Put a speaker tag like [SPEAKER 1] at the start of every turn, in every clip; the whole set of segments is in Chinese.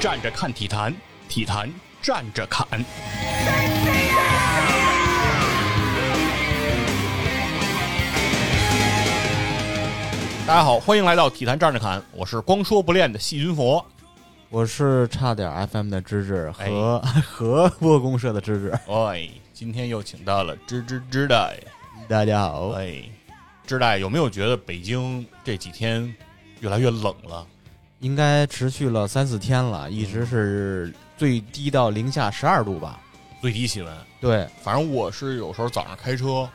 [SPEAKER 1] 站着看体坛，体坛站着侃。大家好，欢迎来到体坛站着侃，我是光说不练的细菌佛。
[SPEAKER 2] 我是差点 FM 的芝芝
[SPEAKER 1] 哎
[SPEAKER 2] 和、 和播公社的芝芝，
[SPEAKER 1] 哎，今天又请到了知知知代，
[SPEAKER 2] 大家好。
[SPEAKER 1] 哎，知代有没有觉得北京这几天越来越冷了？
[SPEAKER 2] 应该持续了三四天了，一直是最低到零下十二度吧？
[SPEAKER 1] 最低气温，
[SPEAKER 2] 对，
[SPEAKER 1] 反正我是有时候早上开车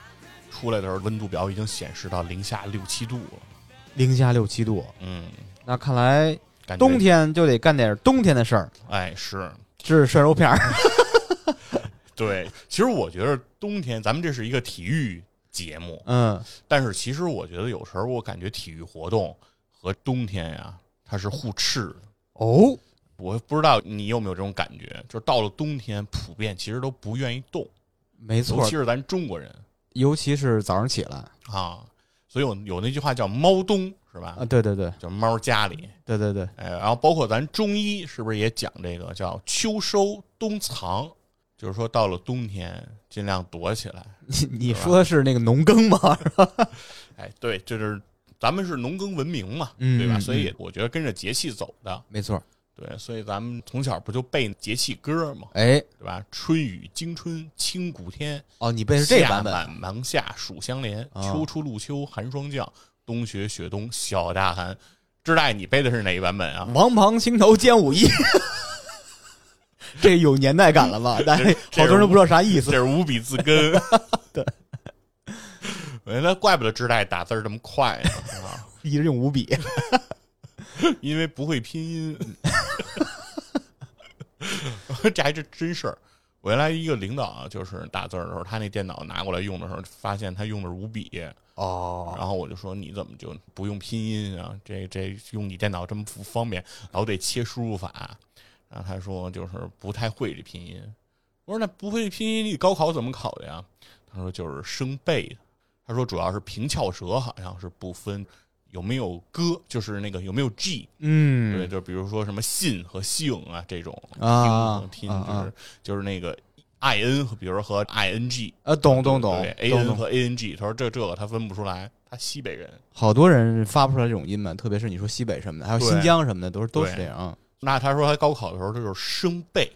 [SPEAKER 1] 出来的时候，温度表已经显示到零下六七度了。
[SPEAKER 2] 零下六七度。
[SPEAKER 1] 嗯，
[SPEAKER 2] 那看来
[SPEAKER 1] 感觉
[SPEAKER 2] 冬天就得干点冬天的事儿，
[SPEAKER 1] 哎是
[SPEAKER 2] 吃涮肉片儿。
[SPEAKER 1] 对。其实我觉得冬天咱们这是一个体育节目，
[SPEAKER 2] 嗯，
[SPEAKER 1] 但是其实我觉得有时候我感觉体育活动和冬天呀、它是互斥的。
[SPEAKER 2] 哦，
[SPEAKER 1] 我不知道你有没有这种感觉，就是到了冬天，普遍其实都不愿意动，
[SPEAKER 2] 没
[SPEAKER 1] 尤
[SPEAKER 2] 错
[SPEAKER 1] 其，是咱中国人
[SPEAKER 2] 尤其是早上起来
[SPEAKER 1] 啊。所以有有那句话叫“猫冬”是吧
[SPEAKER 2] 啊，？对嗯对对
[SPEAKER 1] 叫猫家里。
[SPEAKER 2] 对对对，
[SPEAKER 1] 哎，然后包括咱中医是不是也讲这个叫秋收冬藏，就是说到了冬天尽量躲起来。
[SPEAKER 2] 你你
[SPEAKER 1] 是吧
[SPEAKER 2] 说的是那个农耕吗？
[SPEAKER 1] 哎，对，就是咱们是农耕文明嘛，
[SPEAKER 2] 嗯
[SPEAKER 1] 对吧？
[SPEAKER 2] 嗯
[SPEAKER 1] 所以我觉得跟着节气走的，
[SPEAKER 2] 没错，
[SPEAKER 1] 对，所以咱们从小不就背节气歌嘛，
[SPEAKER 2] 哎，
[SPEAKER 1] 对吧？春雨惊春清谷天，
[SPEAKER 2] 哦，你背的是这个
[SPEAKER 1] 夏
[SPEAKER 2] 版本，
[SPEAKER 1] 满芒夏暑相连，
[SPEAKER 2] 啊
[SPEAKER 1] 秋出露秋寒霜降，冬雪雪冬小大寒。志代，你背的是哪一版本啊？
[SPEAKER 2] 王旁青头兼武艺， 这有年代感了吧？但是好多人都不知道啥意
[SPEAKER 1] 这
[SPEAKER 2] 思。
[SPEAKER 1] 是五笔字根。 对，哎，那怪不得志代打字儿这么快呢，是吧
[SPEAKER 2] 一直用五笔，
[SPEAKER 1] 因为不会拼音。 这还是真事儿。我原来一个领导啊，就是打字儿的时候，他那电脑拿过来用的时候，发现他用的是五笔，
[SPEAKER 2] 哦，
[SPEAKER 1] 然后我就说你怎么就不用拼音啊？这这用你电脑这么不方便，老得切输入法。然后他说就是不太会这拼音。我说那不会拼音，你高考怎么考的呀？他说就是生背的。他说主要是平翘舌，好像是不分有没有歌，就是那个有没有 G，
[SPEAKER 2] 嗯，
[SPEAKER 1] 对，就比如说什么信和姓啊这种
[SPEAKER 2] 啊
[SPEAKER 1] 听听
[SPEAKER 2] 啊
[SPEAKER 1] 就
[SPEAKER 2] 啊
[SPEAKER 1] 是就是那个 i n，和比如说和 i n g，
[SPEAKER 2] 啊，懂懂懂
[SPEAKER 1] 对，A
[SPEAKER 2] 懂
[SPEAKER 1] N
[SPEAKER 2] 懂，
[SPEAKER 1] 和 A N G，他说这这个他分不出来，他西北人，
[SPEAKER 2] 好多人发不出来这种音嘛，特别是你说西北什么的，还有
[SPEAKER 1] 对
[SPEAKER 2] 新疆什么的，都是
[SPEAKER 1] 对
[SPEAKER 2] 都是这样啊。
[SPEAKER 1] 那他说他高考的时候，他就是生背，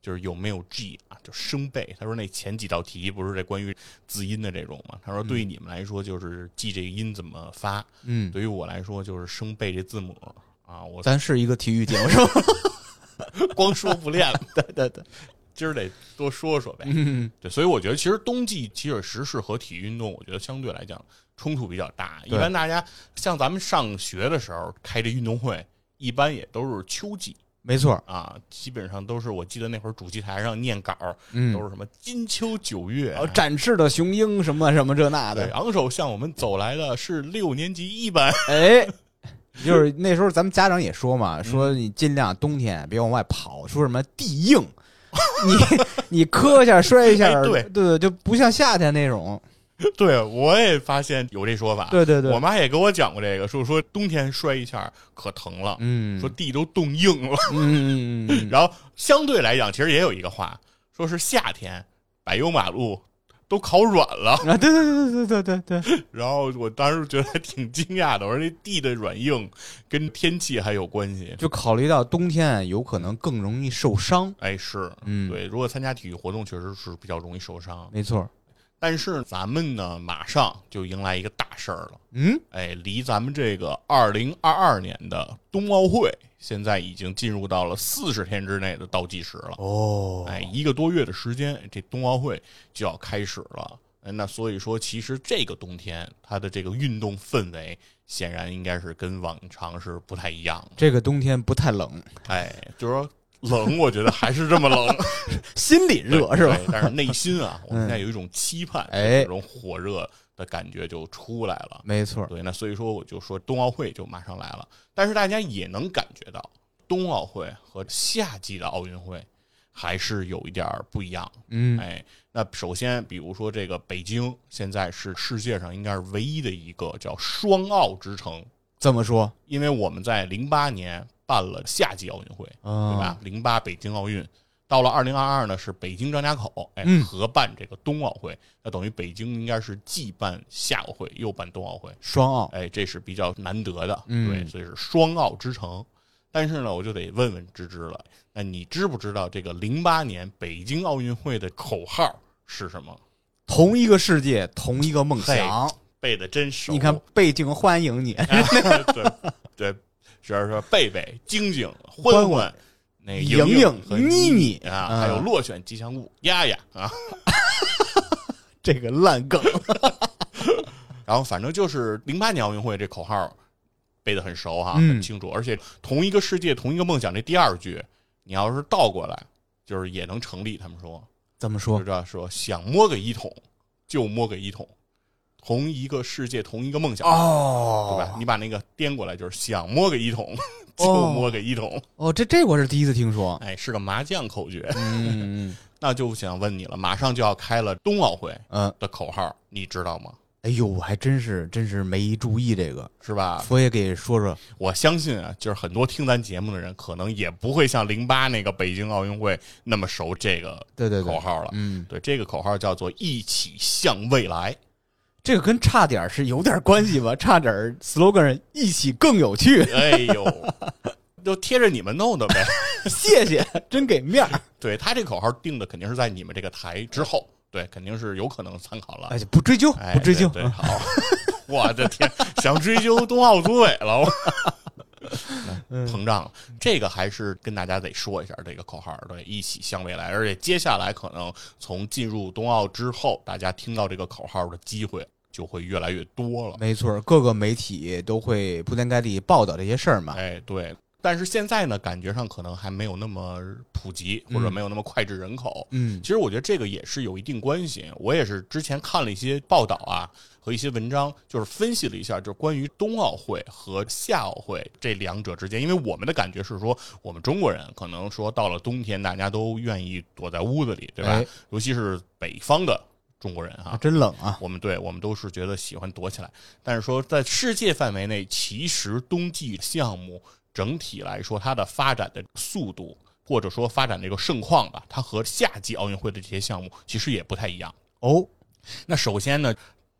[SPEAKER 1] 就是有没有 G 啊，就生背。他说那前几道题不是这关于字音的这种嘛？他说对于你们来说就是记这个音怎么发，
[SPEAKER 2] 嗯，
[SPEAKER 1] 对于我来说就是生背这字母啊。 我
[SPEAKER 2] 咱是一个体育节目是吧？
[SPEAKER 1] 光说不练了，
[SPEAKER 2] 对对对，
[SPEAKER 1] 今儿得多说说呗。
[SPEAKER 2] 嗯，
[SPEAKER 1] 对，所以我觉得其实冬季确实是和体育运动，我觉得相对来讲冲突比较大。一
[SPEAKER 2] 对
[SPEAKER 1] 般大家像咱们上学的时候开这运动会，一般也都是秋季
[SPEAKER 2] 没错，
[SPEAKER 1] 啊，基本上都是我记得那会儿主席台上念稿儿
[SPEAKER 2] 嗯
[SPEAKER 1] 都，是什么金秋九月啊
[SPEAKER 2] 然后。展翅的雄鹰什么什么这那
[SPEAKER 1] 对，
[SPEAKER 2] 的，
[SPEAKER 1] 昂首向我们走来的是六年级一 班。
[SPEAKER 2] 哎。就是那时候，咱们家长也说嘛，说你尽量冬天别往外跑，说什么地硬，你你磕一下摔一下，
[SPEAKER 1] 哎对
[SPEAKER 2] 对对，就不像夏天那种。
[SPEAKER 1] 对，我也发现有这说法。
[SPEAKER 2] 对对对
[SPEAKER 1] 啊我妈也给我讲过这个，说说冬天摔一下可疼了，
[SPEAKER 2] 嗯，
[SPEAKER 1] 说地都冻硬了。
[SPEAKER 2] 嗯嗯嗯嗯，
[SPEAKER 1] 然后相对来讲，其实也有一个话，说是夏天柏油马路都烤软了。
[SPEAKER 2] 嗯啊，对对对对对对对，
[SPEAKER 1] 然后我当时觉得还挺惊讶的，我说这地的软硬跟天气还有关系。
[SPEAKER 2] 就考虑到冬天有可能更容易受伤。
[SPEAKER 1] 哎，是，
[SPEAKER 2] 嗯
[SPEAKER 1] 对，如果参加体育活动，确实是比较容易受伤。
[SPEAKER 2] 没错，
[SPEAKER 1] 但是咱们呢，马上就迎来一个大事儿了。
[SPEAKER 2] 嗯，
[SPEAKER 1] 哎，离咱们这个二零二二年的冬奥会，现在已经进入到了四十天之内的倒计时了。
[SPEAKER 2] 哦
[SPEAKER 1] 哎，一个多月的时间，这冬奥会就要开始了。哎那所以说，其实这个冬天它的这个运动氛围显然应该是跟往常是不太一样的。
[SPEAKER 2] 这个冬天不太冷，
[SPEAKER 1] 哎，就是说冷，我觉得还是这么冷，
[SPEAKER 2] 心里热
[SPEAKER 1] 对
[SPEAKER 2] 是吧？嗯
[SPEAKER 1] 对但是内心啊，我们现在有一种期盼，
[SPEAKER 2] 哎
[SPEAKER 1] 这种火热的感觉就出来了。
[SPEAKER 2] 没错，
[SPEAKER 1] 对，那所以说我就说冬奥会就马上来了，但是大家也能感觉到冬奥会和夏季的奥运会还是有一点儿不一样。
[SPEAKER 2] 嗯，
[SPEAKER 1] 哎，那首先，比如说这个北京现在是世界上应该是唯一的一个叫“双奥之城
[SPEAKER 2] 这么说，”，
[SPEAKER 1] 因为我们在零八年办了夏季奥运会，
[SPEAKER 2] 啊
[SPEAKER 1] 对吧？？零八北京奥运，到了二零二二呢是北京张家口，哎，
[SPEAKER 2] 嗯
[SPEAKER 1] 合办这个冬奥会，那等于北京应该是既办夏奥会又办冬奥会，
[SPEAKER 2] 双奥，
[SPEAKER 1] 哎，这是比较难得的，
[SPEAKER 2] 嗯
[SPEAKER 1] 对，所以是双奥之城。但是呢，我就得问问芝芝了，那你知不知道这个零八年北京奥运会的口号是什么？
[SPEAKER 2] 同一个世界，同一个梦想。
[SPEAKER 1] 背的真熟，啊
[SPEAKER 2] 你看，背景欢迎你，
[SPEAKER 1] 对对，主要是说贝贝、晶晶、欢
[SPEAKER 2] 欢欢、
[SPEAKER 1] 那个
[SPEAKER 2] 莹
[SPEAKER 1] 莹
[SPEAKER 2] 莹、
[SPEAKER 1] 和妮
[SPEAKER 2] 妮妮
[SPEAKER 1] 啊，还有
[SPEAKER 2] 嗯
[SPEAKER 1] 落选吉祥物丫丫啊，
[SPEAKER 2] 这个烂梗。
[SPEAKER 1] 然后反正就是零八年奥运会这口号背得很熟哈，
[SPEAKER 2] 嗯
[SPEAKER 1] 很清楚，而且同一个世界、同一个梦想这第二句，你要是倒过来，就是也能成立。他们说，
[SPEAKER 2] 怎么
[SPEAKER 1] 就
[SPEAKER 2] 说？
[SPEAKER 1] 知道说想摸个一桶就摸个一桶，同一个世界、同一个梦想。对吧？
[SPEAKER 2] 哦，
[SPEAKER 1] 你把那个颠过来，就是想摸个一桶 就摸个一桶，
[SPEAKER 2] 哦，这这我是第一次听说。
[SPEAKER 1] 哎，是个麻将口诀。
[SPEAKER 2] 嗯嗯
[SPEAKER 1] 那就想问你了，马上就要开了冬奥会
[SPEAKER 2] 嗯，
[SPEAKER 1] 的口号，你知道吗？
[SPEAKER 2] 哎呦，我还真是真是没注意这个，
[SPEAKER 1] 是吧？
[SPEAKER 2] 佛爷给说说。
[SPEAKER 1] 我相信啊，就是很多听咱节目的人，可能也不会像零八那个北京奥运会那么熟这个
[SPEAKER 2] 对对对，
[SPEAKER 1] 口号了。
[SPEAKER 2] 嗯，
[SPEAKER 1] 对，这个口号叫做“一起向未 来。
[SPEAKER 2] 这个跟差点儿是有点儿关系吧？差点儿 slogan 是一起更有趣”。
[SPEAKER 1] 哎呦，就贴着你们弄的呗。
[SPEAKER 2] 谢谢，真给面儿。
[SPEAKER 1] 对他这口号定的肯定是在你们这个台之后，对，肯定是有可能参考了
[SPEAKER 2] 哎。，不追究，
[SPEAKER 1] 哎
[SPEAKER 2] 不追究。啊
[SPEAKER 1] 对对好， 我的天，想追究冬奥组委了，我
[SPEAKER 2] 嗯
[SPEAKER 1] 膨胀了。这个还是跟大家得说一下这个口号，对，一起向未来。而且接下来可能从进入冬奥之后，大家听到这个口号的机会就会越来越多了。
[SPEAKER 2] 没错儿，各个媒体都会铺天盖地报道这些事儿嘛。
[SPEAKER 1] 哎，对。但是现在呢，感觉上可能还没有那么普及，或者
[SPEAKER 2] 嗯
[SPEAKER 1] 没有那么脍炙人口。
[SPEAKER 2] 嗯
[SPEAKER 1] 其实我觉得这个也是有一定关系。我也是之前看了一些报道啊和一些文章，就是分析了一下，就是关于冬奥会和夏奥会这两者之间，因为我们的感觉是说，我们中国人可能说到了冬天，大家都愿意躲在屋子里，对吧？
[SPEAKER 2] 哎
[SPEAKER 1] 尤其是北方的中国人哈、
[SPEAKER 2] 啊，真冷啊！
[SPEAKER 1] 我们对我们都是觉得喜欢躲起来，但是说在世界范围内，其实冬季项目整体来说，它的发展的速度或者说发展这个盛况吧，它和夏季奥运会的这些项目其实也不太一样。
[SPEAKER 2] 哦，
[SPEAKER 1] 那首先呢，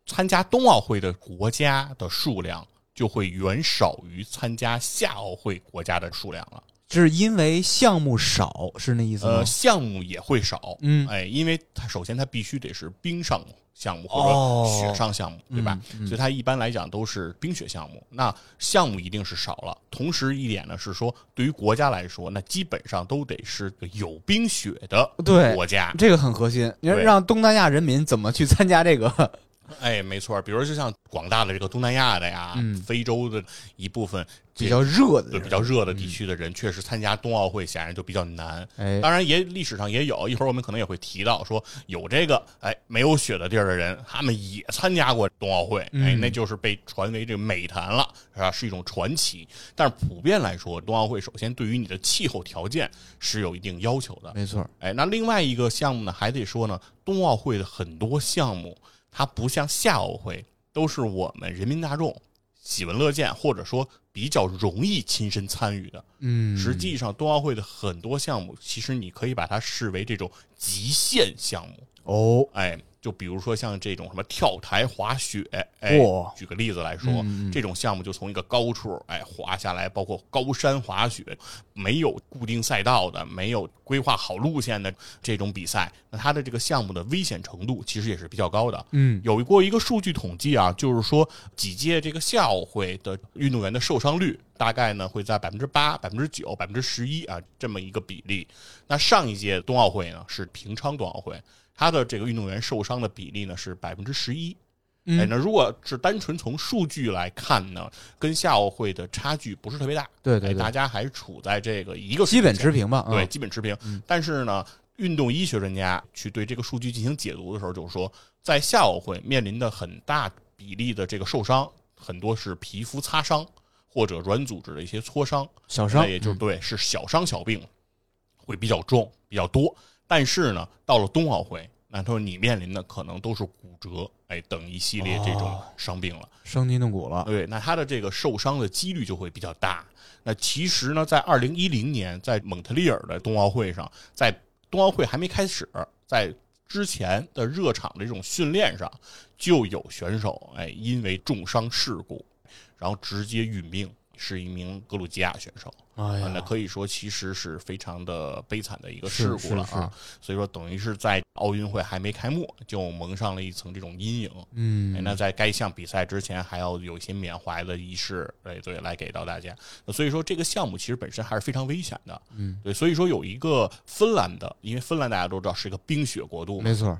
[SPEAKER 1] 参加冬奥会的国家的数量就会远少于参加夏奥会国家的数量了。
[SPEAKER 2] 这是因为项目少，是那意思吗
[SPEAKER 1] 呃，？项目也会少，
[SPEAKER 2] 嗯
[SPEAKER 1] 哎，因为它首先它必须得是冰上项目
[SPEAKER 2] 哦嗯
[SPEAKER 1] 或者雪上项目，对吧？所以它一般来讲都是冰雪项目，那项目一定是少了。同时一点呢是说，对于国家来说，那基本上都得是有冰雪的
[SPEAKER 2] 对
[SPEAKER 1] 国家，
[SPEAKER 2] 这个很核心，你
[SPEAKER 1] 对
[SPEAKER 2] 让东南亚人民怎么去参加 这个？
[SPEAKER 1] 哎，没错。比如就像广大的这个东南亚的呀，
[SPEAKER 2] 嗯
[SPEAKER 1] 非洲的一部分
[SPEAKER 2] 比较呃嗯热的
[SPEAKER 1] 对
[SPEAKER 2] 人，
[SPEAKER 1] 比较热的地区的人，确实参加冬奥会显然就比较难。
[SPEAKER 2] 哎，
[SPEAKER 1] 当然也历史上也有，一会儿我们可能也会提到说有这个哎没有雪的地儿的人，他们也参加过冬奥会，哎，
[SPEAKER 2] 嗯
[SPEAKER 1] 那就是被传为这个美谈了，是吧？是一种传奇。但是普遍来说，冬奥会首先对于你的气候条件是有一定要求的，
[SPEAKER 2] 没错儿，
[SPEAKER 1] 哎，那另外一个项目呢，还得说呢，冬奥会的很多项目，它不像夏奥会，都是我们人民大众喜闻乐见，或者说比较容易亲身参与的。
[SPEAKER 2] 嗯，
[SPEAKER 1] 实际上，冬奥会的很多项目，其实你可以把它视为这种极限项目。
[SPEAKER 2] 哦，
[SPEAKER 1] 哎，就比如说像这种什么跳台滑雪，哎
[SPEAKER 2] 嚯，嗯
[SPEAKER 1] 举个例子来说，这种项目就从一个高处哎滑下来，包括高山滑雪，没有固定赛道的，没有规划好路线的这种比赛，那它的这个项目的危险程度其实也是比较高的。
[SPEAKER 2] 嗯，
[SPEAKER 1] 有过一个数据统计啊，就是说几届这个夏奥会的运动员的受伤率，大概呢会在百分之八、百分之九、百分之十一啊这么一个比例。那上一届冬奥会呢是平昌冬奥会，它的这个运动员受伤的比例呢是百分之十一。
[SPEAKER 2] 嗯
[SPEAKER 1] 哎，那如果是单纯从数据来看呢，跟夏奥会的差距不是特别大。
[SPEAKER 2] 对对
[SPEAKER 1] 哎，
[SPEAKER 2] 对
[SPEAKER 1] 大家还处在这个一个
[SPEAKER 2] 基本
[SPEAKER 1] 水平
[SPEAKER 2] 持平吧，嗯
[SPEAKER 1] 对，，基本持平。但是呢，运动医学专家去对这个数据进行解读的时候，就是说，在夏奥会面临的很大比例的这个受伤，很多是皮肤擦伤或者软组织的一些挫伤，
[SPEAKER 2] 小
[SPEAKER 1] 那
[SPEAKER 2] 伤嗯
[SPEAKER 1] 也就是对，是小伤小病会比较重、比较多。但是呢，到了冬奥会，那他说你面临的可能都是骨折哎等一系列这种
[SPEAKER 2] 哦
[SPEAKER 1] 伤病了。
[SPEAKER 2] 伤筋动骨了，
[SPEAKER 1] 对，那他的这个受伤的几率就会比较大。那其实呢，在二零一零年，在蒙特利尔的冬奥会上，在冬奥会还没开始，在之前的热场的这种训练上，就有选手哎因为重伤事故，然后直接殒命，是一名格鲁吉亚选手。
[SPEAKER 2] 哎
[SPEAKER 1] 啊，那
[SPEAKER 2] 呀，
[SPEAKER 1] 可以说其实是非常的悲惨的一个事
[SPEAKER 2] 是
[SPEAKER 1] 故了啊。所以说，等于是在奥运会还没开幕，就蒙上了一层这种阴影。哎，
[SPEAKER 2] 嗯，
[SPEAKER 1] 那在该项比赛之前，还要有一些缅怀的仪式，哎，对，来给到大家。那所以说，这个项目其实本身还是非常危险的，
[SPEAKER 2] 嗯，
[SPEAKER 1] 对。所以说，有一个芬兰的，因为芬兰大家都知道是一个冰雪国度嘛，
[SPEAKER 2] 没错，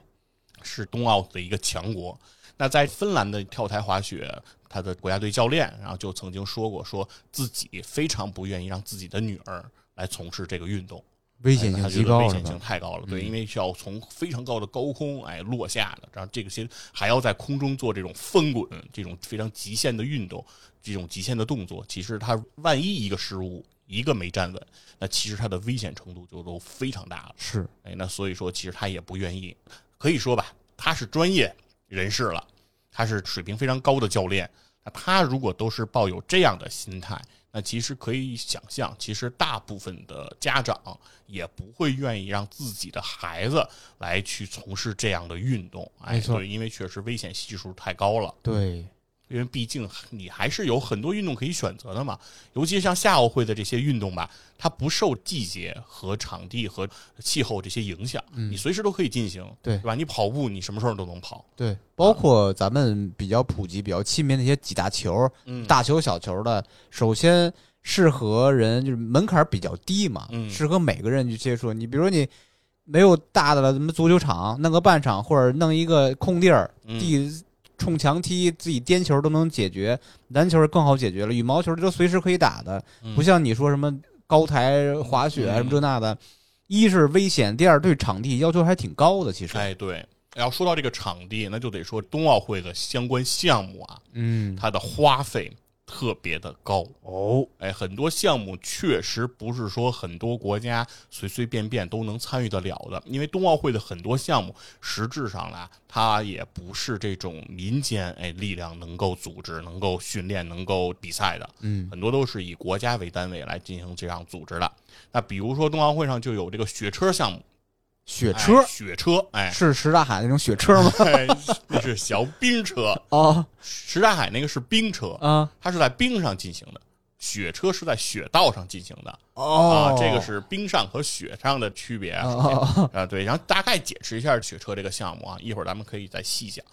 [SPEAKER 1] 是冬奥的一个强国。那在芬兰的跳台滑雪，他的国家队教练，然后就曾经说过，说自己非常不愿意让自己的女儿来从事这个运动。
[SPEAKER 2] 危
[SPEAKER 1] 哎
[SPEAKER 2] 险
[SPEAKER 1] 他
[SPEAKER 2] 性
[SPEAKER 1] 觉
[SPEAKER 2] 极
[SPEAKER 1] 得
[SPEAKER 2] 高嗯
[SPEAKER 1] 危
[SPEAKER 2] 是
[SPEAKER 1] 险性
[SPEAKER 2] 吧？
[SPEAKER 1] 太高了。对，因为需要从非常高的高空哎落下的，然后这个些还要在空中做这种翻滚，这种非常极限的运动，这种极限的动作，其实他万一一个失误，一个没站稳，那其实他的危险程度就都非常大了。
[SPEAKER 2] 是，
[SPEAKER 1] 哎，那所以说其实他也不愿意，可以说吧，他是专业人士了，他是水平非常高的教练。那他如果都是抱有这样的心态，那其实可以想象，其实大部分的家长也不会愿意让自己的孩子来去从事这样的运动。哎，
[SPEAKER 2] 没错
[SPEAKER 1] 对，因为确实危险系数太高了。
[SPEAKER 2] 对，
[SPEAKER 1] 因为毕竟你还是有很多运动可以选择的嘛，尤其像夏奥会的这些运动吧，它不受季节和场地和气候这些影响，你随时都可以进行，
[SPEAKER 2] 嗯对
[SPEAKER 1] 吧？你跑步，你什么时候都能跑，
[SPEAKER 2] 对，包括咱们比较普及、比较亲民的一些几大球，
[SPEAKER 1] 嗯
[SPEAKER 2] 大球、小球的，首先适合人就是门槛比较低嘛，
[SPEAKER 1] 嗯
[SPEAKER 2] 适合每个人去接触。你比如你没有大的了，什么足球场，弄个半场或者弄一个空地儿，
[SPEAKER 1] 嗯
[SPEAKER 2] 地冲墙踢，自己颠球都能解决。篮球更好解决了，羽毛球这都随时可以打的，
[SPEAKER 1] 嗯
[SPEAKER 2] 不像你说什么高台滑雪啊
[SPEAKER 1] 嗯
[SPEAKER 2] 什么这那的。一是危险，第二对场地要求还挺高的，其实，
[SPEAKER 1] 哎，对。要说到这个场地，那就得说冬奥会的相关项目啊，
[SPEAKER 2] 嗯，
[SPEAKER 1] 它的花费特别的高。
[SPEAKER 2] 哦，
[SPEAKER 1] 哎，很多项目确实不是说很多国家随随便便都能参与得了的，因为冬奥会的很多项目实质上啦，它也不是这种民间哎力量能够组织、能够训练、能够比赛的，
[SPEAKER 2] 嗯，
[SPEAKER 1] 很多都是以国家为单位来进行这样组织的。那比如说冬奥会上就有这个雪车项目，
[SPEAKER 2] 雪
[SPEAKER 1] 哎
[SPEAKER 2] 车、
[SPEAKER 1] 雪车， 哎，
[SPEAKER 2] 是石大海那种雪车吗？
[SPEAKER 1] 哎那是小冰车，
[SPEAKER 2] 哦
[SPEAKER 1] 石大海那个是冰车，
[SPEAKER 2] 啊
[SPEAKER 1] 它是在冰上进行的，雪车是在雪道上进行的。
[SPEAKER 2] 哦
[SPEAKER 1] 啊，这个是冰上和雪上的区别啊、
[SPEAKER 2] 哦
[SPEAKER 1] 啊。对，然后大概解释一下雪车这个项目啊，一会儿咱们可以再细讲。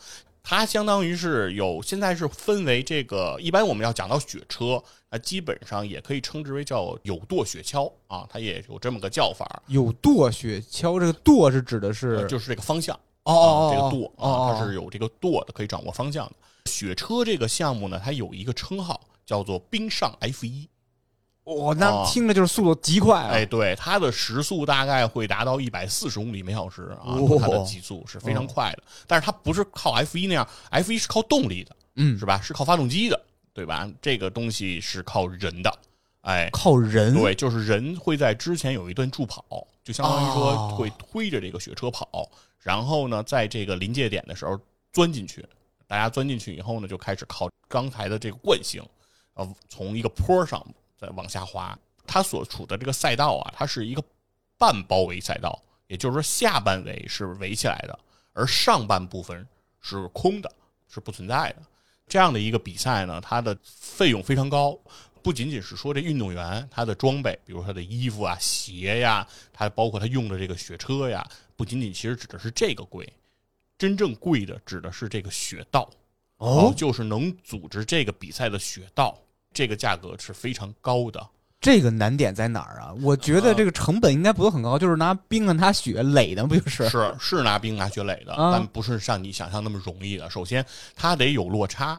[SPEAKER 1] 它相当于是有，现在是分为这个，一般我们要讲到雪车，那基本上也可以称之为叫有舵雪橇啊，它也有这么个叫法儿，
[SPEAKER 2] 有舵雪橇，这个舵是指的是
[SPEAKER 1] 呃就是这个方向。
[SPEAKER 2] 哦
[SPEAKER 1] 啊
[SPEAKER 2] 哦，
[SPEAKER 1] 这个
[SPEAKER 2] 哦
[SPEAKER 1] 舵
[SPEAKER 2] 哦
[SPEAKER 1] 啊，它
[SPEAKER 2] 哦
[SPEAKER 1] 是有这个舵的，可以掌握方向的。雪车这个项目呢，它有一个称号叫做冰上 F 一，
[SPEAKER 2] 哦，
[SPEAKER 1] 哦
[SPEAKER 2] 那听着就是速度极快啊，
[SPEAKER 1] 哎，对，它的时速大概会达到一百四十公里每小时啊，
[SPEAKER 2] 哦
[SPEAKER 1] 它的极速是非常快的。但是它不是靠 F 一那样，F 一是靠动力的，
[SPEAKER 2] 嗯
[SPEAKER 1] 是，吧？是靠发动机的，对吧？这个东西是靠人的，哎，
[SPEAKER 2] 靠人，
[SPEAKER 1] 对，就是人会在之前有一段助跑，就相当于说
[SPEAKER 2] 哦
[SPEAKER 1] 会推着这个雪车跑，然后呢，在这个临界点的时候钻进去。大家钻进去以后呢，就开始靠刚才的这个惯性，呃，从一个坡上再往下滑。它所处的这个赛道啊，它是一个半包围赛道，也就是说下半围是围起来的，而上半部分是空的，是不存在的。这样的一个比赛呢，它的费用非常高，不仅仅是说这运动员他的装备，比如他的衣服啊、鞋呀、他包括他用的这个雪车呀，不仅仅其实指的是这个贵，真正贵的指的是这个雪道，啊
[SPEAKER 2] 哦，
[SPEAKER 1] 就是能组织这个比赛的雪道，这个价格是非常高的。
[SPEAKER 2] 这个难点在哪儿啊？我觉得这个成本应该不会很高，就是拿冰啊拿雪垒的，不就是？
[SPEAKER 1] 是是拿冰拿雪垒的，
[SPEAKER 2] 啊
[SPEAKER 1] 但不是像你想象那么容易的。首先，它得有落差，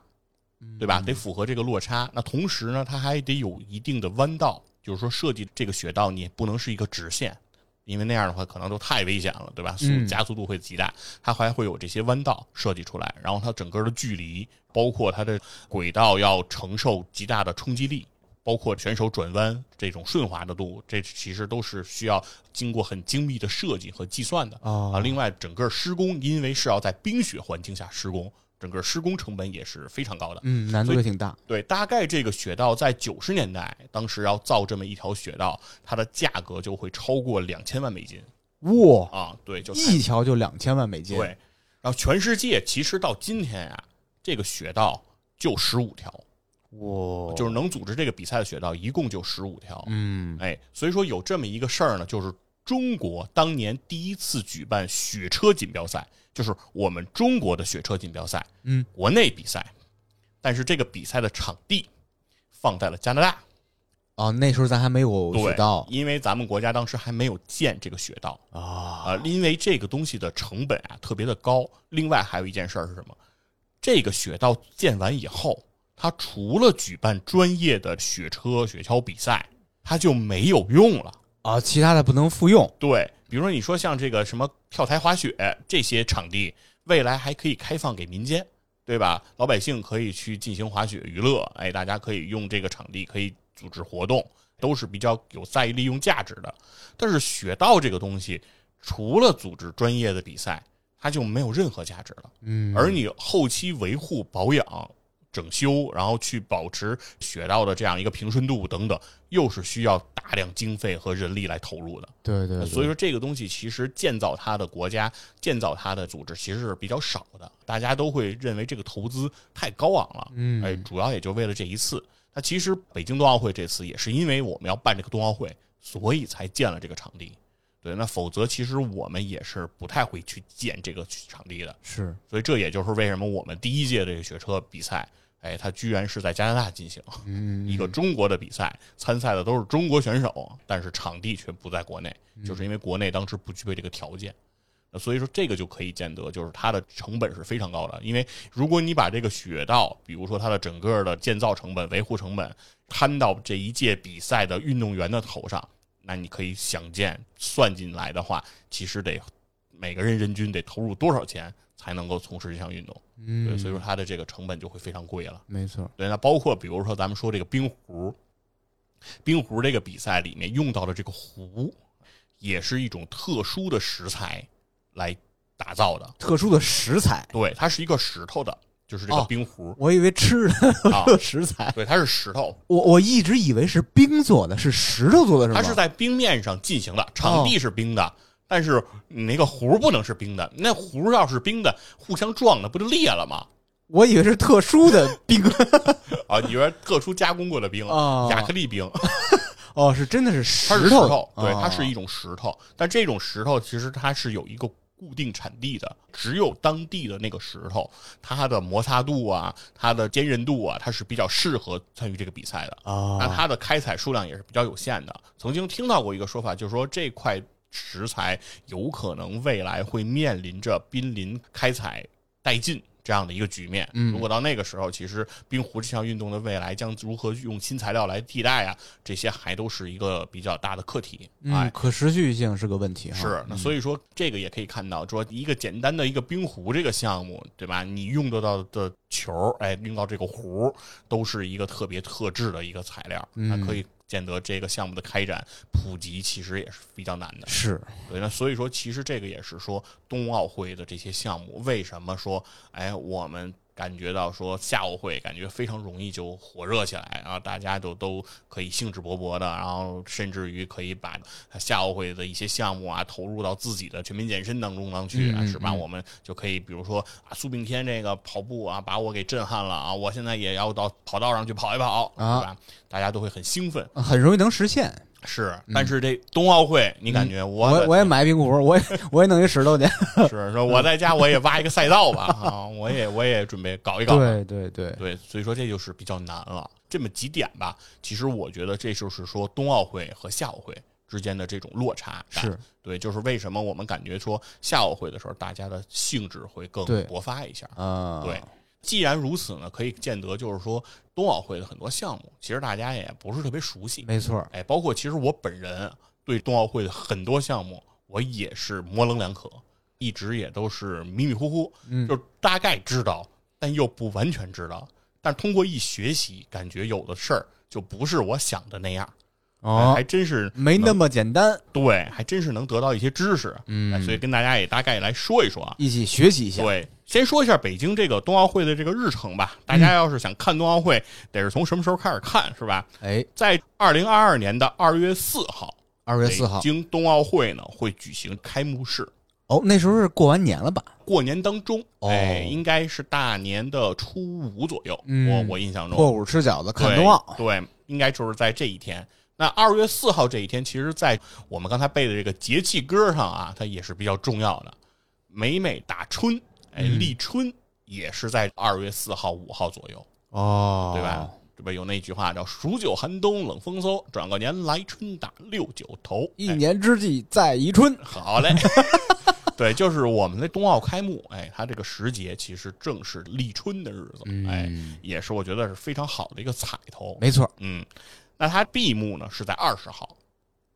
[SPEAKER 2] 嗯
[SPEAKER 1] 对吧？得符合这个落差。那同时呢，它还得有一定的弯道，就是说设计这个雪道，你不能是一个直线，因为那样的话可能都太危险了，对吧？速
[SPEAKER 2] 嗯
[SPEAKER 1] 加速度会极大。它还会有这些弯道设计出来，然后它整个的距离，包括它的轨道要承受极大的冲击力。包括选手转弯这种顺滑的路，这其实都是需要经过很精密的设计和计算的。啊，
[SPEAKER 2] 哦，
[SPEAKER 1] 另外整个施工因为是要在冰雪环境下施工，整个施工成本也是非常高的。
[SPEAKER 2] 嗯，难度也挺大。
[SPEAKER 1] 对，大概这个雪道在九十年代，当时要造这么一条雪道，它的价格就会超过两千万美金
[SPEAKER 2] 哇，
[SPEAKER 1] 啊！对，就太
[SPEAKER 2] 一条就两千万美金。
[SPEAKER 1] 对，然后全世界其实到今天呀、这个雪道就十五条，
[SPEAKER 2] 哇，
[SPEAKER 1] 就是能组织这个比赛的雪道一共就十五条。
[SPEAKER 2] 哦嗯，
[SPEAKER 1] 哎，所以说有这么一个事儿呢，就是中国当年第一次举办雪车锦标赛，就是我们中国的雪车锦标赛，
[SPEAKER 2] 嗯，
[SPEAKER 1] 国内比赛，但是这个比赛的场地放在了加拿大，
[SPEAKER 2] 哦，那时候咱还没有
[SPEAKER 1] 对
[SPEAKER 2] 雪道
[SPEAKER 1] 因为咱们国家当时还没有建这个雪道
[SPEAKER 2] 啊，
[SPEAKER 1] 啊、因为这个东西的成本啊特别的高。另外还有一件事儿是什么？这个雪道建完以后，它除了举办专业的雪车、雪橇比赛，它就没有用了。
[SPEAKER 2] 啊，其他的不能复用。
[SPEAKER 1] 对，比如说你说像这个什么跳台滑雪这些场地，未来还可以开放给民间，对吧？老百姓可以去进行滑雪娱乐，哎，大家可以用这个场地可以组织活动，都是比较有再利用价值的。但是雪道这个东西，除了组织专业的比赛，它就没有任何价值了。
[SPEAKER 2] 嗯，
[SPEAKER 1] 而你后期维护保养。整修，然后去保持雪道的这样一个平顺度等等，又是需要大量经费和人力来投入的。
[SPEAKER 2] 对对，对
[SPEAKER 1] 所以说这个东西其实建造它的国家、建造它的组织其实是比较少的，大家都会认为这个投资太高昂了。
[SPEAKER 2] 嗯
[SPEAKER 1] 哎，主要也就为了这一次。那其实北京冬奥会这次也是因为我们要办这个冬奥会，所以才建了这个场地。对，那否则其实我们也是不太会去建这个场地的。
[SPEAKER 2] 是
[SPEAKER 1] 所以这也就是为什么我们第一届这个雪车比赛，哎，它居然是在加拿大进行，
[SPEAKER 2] 嗯
[SPEAKER 1] 一个中国的比赛，参赛的都是中国选手，但是场地却不在国内，
[SPEAKER 2] 嗯
[SPEAKER 1] 就是因为国内当时不具备这个条件。那所以说，这个就可以见得，就是它的成本是非常高的。因为如果你把这个雪道，比如说它的整个的建造成本、维护成本摊到这一届比赛的运动员的头上，那你可以想见，算进来的话，其实得每个人人均得投入多少钱才能够从事这项运动？对，
[SPEAKER 2] 嗯，
[SPEAKER 1] 所以说它的这个成本就会非常贵了。
[SPEAKER 2] 没错，
[SPEAKER 1] 对，那包括比如说咱们说这个冰壶，冰壶这个比赛里面用到的这个壶，也是一种特殊的食材来打造的。
[SPEAKER 2] 特殊的食材，
[SPEAKER 1] 对，它是一个石头的，就是这个
[SPEAKER 2] 哦
[SPEAKER 1] 冰壶、
[SPEAKER 2] 我以为吃的。
[SPEAKER 1] 啊
[SPEAKER 2] 食材，
[SPEAKER 1] 对，它是石头，
[SPEAKER 2] 我我一直以为是冰做的，是石头做的，是吗？哦
[SPEAKER 1] 它是在冰面上进行的，场地是冰的，但是你那个壶不能是冰的，那壶要是冰的，互相撞的不就裂了吗？
[SPEAKER 2] 我以为是特殊的冰
[SPEAKER 1] 啊，你说特殊加工过的冰，
[SPEAKER 2] 哦
[SPEAKER 1] 亚克力冰，
[SPEAKER 2] 哦，是真的是
[SPEAKER 1] 它是
[SPEAKER 2] 石
[SPEAKER 1] 石头，
[SPEAKER 2] 哦
[SPEAKER 1] 对，它是一种石头，但这种石头其实它是有一个固定产地的，只有当地的那个石头，它的摩擦度啊，它的坚韧度啊，它是比较适合参与这个比赛的。
[SPEAKER 2] 啊
[SPEAKER 1] 那它的开采数量也是比较有限的。曾经听到过一个说法，就是说这块石材有可能未来会面临着濒临开采殆尽这样的一个局面。
[SPEAKER 2] 嗯
[SPEAKER 1] 如果到那个时候，其实冰壶这项运动的未来将如何用新材料来替代啊，这些还都是一个比较大的课题。
[SPEAKER 2] 嗯，
[SPEAKER 1] 哎，
[SPEAKER 2] 可持续性是个问题啊哈。
[SPEAKER 1] 是，那所以说这个也可以看到，说一个简单的一个冰壶这个项目，对吧？你用得到的球儿，哎，用到这个壶儿，都是一个特别特制的一个材料，那
[SPEAKER 2] 嗯
[SPEAKER 1] 可以见得这个项目的开展普及其实也是比较难的。
[SPEAKER 2] 是，
[SPEAKER 1] 对，那所以说，其实这个也是说冬奥会的这些项目，为什么说，哎，我们感觉到说夏奥会感觉非常容易就火热起来啊，大家就都可以兴致勃勃的，然后甚至于可以把夏奥会的一些项目啊投入到自己的全民健身当中当去，啊
[SPEAKER 2] 嗯嗯
[SPEAKER 1] 是吧？
[SPEAKER 2] 嗯
[SPEAKER 1] 我们就可以比如说啊，苏炳添这个跑步啊，把我给震撼了啊，我现在也要到跑道上去跑一跑，
[SPEAKER 2] 啊
[SPEAKER 1] 是吧？大家都会很兴奋，
[SPEAKER 2] 很容易能实现。
[SPEAKER 1] 是。但是这冬奥会，你感觉我
[SPEAKER 2] 嗯我我也买冰壶，我也我也弄一石头去。
[SPEAKER 1] 是说我在家我也挖一个赛道吧，啊，我也我也准备搞一搞。
[SPEAKER 2] 对对对，
[SPEAKER 1] 对，所以说这就是比较难了。这么几点吧，其实我觉得这就是说冬奥会和夏奥会之间的这种落差感
[SPEAKER 2] 是
[SPEAKER 1] 对，就是为什么我们感觉说夏奥会的时候，大家的兴致会更
[SPEAKER 2] 对
[SPEAKER 1] 勃发一下。
[SPEAKER 2] 啊，
[SPEAKER 1] 对，既然如此呢，可以见得就是说冬奥会的很多项目，其实大家也不是特别熟悉。
[SPEAKER 2] 没错儿。
[SPEAKER 1] 哎，包括其实我本人对冬奥会的很多项目，我也是模棱两可，一直也都是迷迷糊糊，
[SPEAKER 2] 嗯
[SPEAKER 1] 就是大概知道，但又不完全知道。但通过一学习，感觉有的事儿就不是我想的那样，哎
[SPEAKER 2] 哦
[SPEAKER 1] 还，真是
[SPEAKER 2] 没那
[SPEAKER 1] 能
[SPEAKER 2] 么简单。
[SPEAKER 1] 对，还真是能得到一些知识。
[SPEAKER 2] 嗯
[SPEAKER 1] 哎所以跟大家也大概来说一说啊，
[SPEAKER 2] 一起学习一下。
[SPEAKER 1] 对，先说一下北京这个冬奥会的这个日程吧。大
[SPEAKER 2] 嗯
[SPEAKER 1] 家要是想看冬奥会，得是从什么时候开始看，是吧？
[SPEAKER 2] 哎，
[SPEAKER 1] 在二零二二年的二月四号，
[SPEAKER 2] 二月四号
[SPEAKER 1] 北，京冬奥会呢会举行开幕式。
[SPEAKER 2] 哦，那时候是过完年了吧？
[SPEAKER 1] 过年当中，
[SPEAKER 2] 哦
[SPEAKER 1] 哎，应该是大年的初五左右，
[SPEAKER 2] 嗯
[SPEAKER 1] 我我印象中，
[SPEAKER 2] 破五吃饺子看
[SPEAKER 1] 对
[SPEAKER 2] 冬奥，
[SPEAKER 1] 对，应该就是在这一天。那二月四号这一天，其实，在我们刚才背的这个节气歌上啊，它也是比较重要的。每每打春，哎，
[SPEAKER 2] 嗯
[SPEAKER 1] 立春也是在二月四号、五号左右，
[SPEAKER 2] 哦
[SPEAKER 1] 对吧？？这边有那句话叫“数九寒冬冷风嗖，转个年来春打六九头”。
[SPEAKER 2] 一
[SPEAKER 1] 哎
[SPEAKER 2] 年之计在于春，
[SPEAKER 1] 好嘞， 对，就是我们的冬奥开幕，哎，它这个时节其实正是立春的日子，哎，
[SPEAKER 2] 嗯
[SPEAKER 1] 也是我觉得是非常好的一个彩头。
[SPEAKER 2] 没错。
[SPEAKER 1] 嗯，那它闭幕呢是在二十号，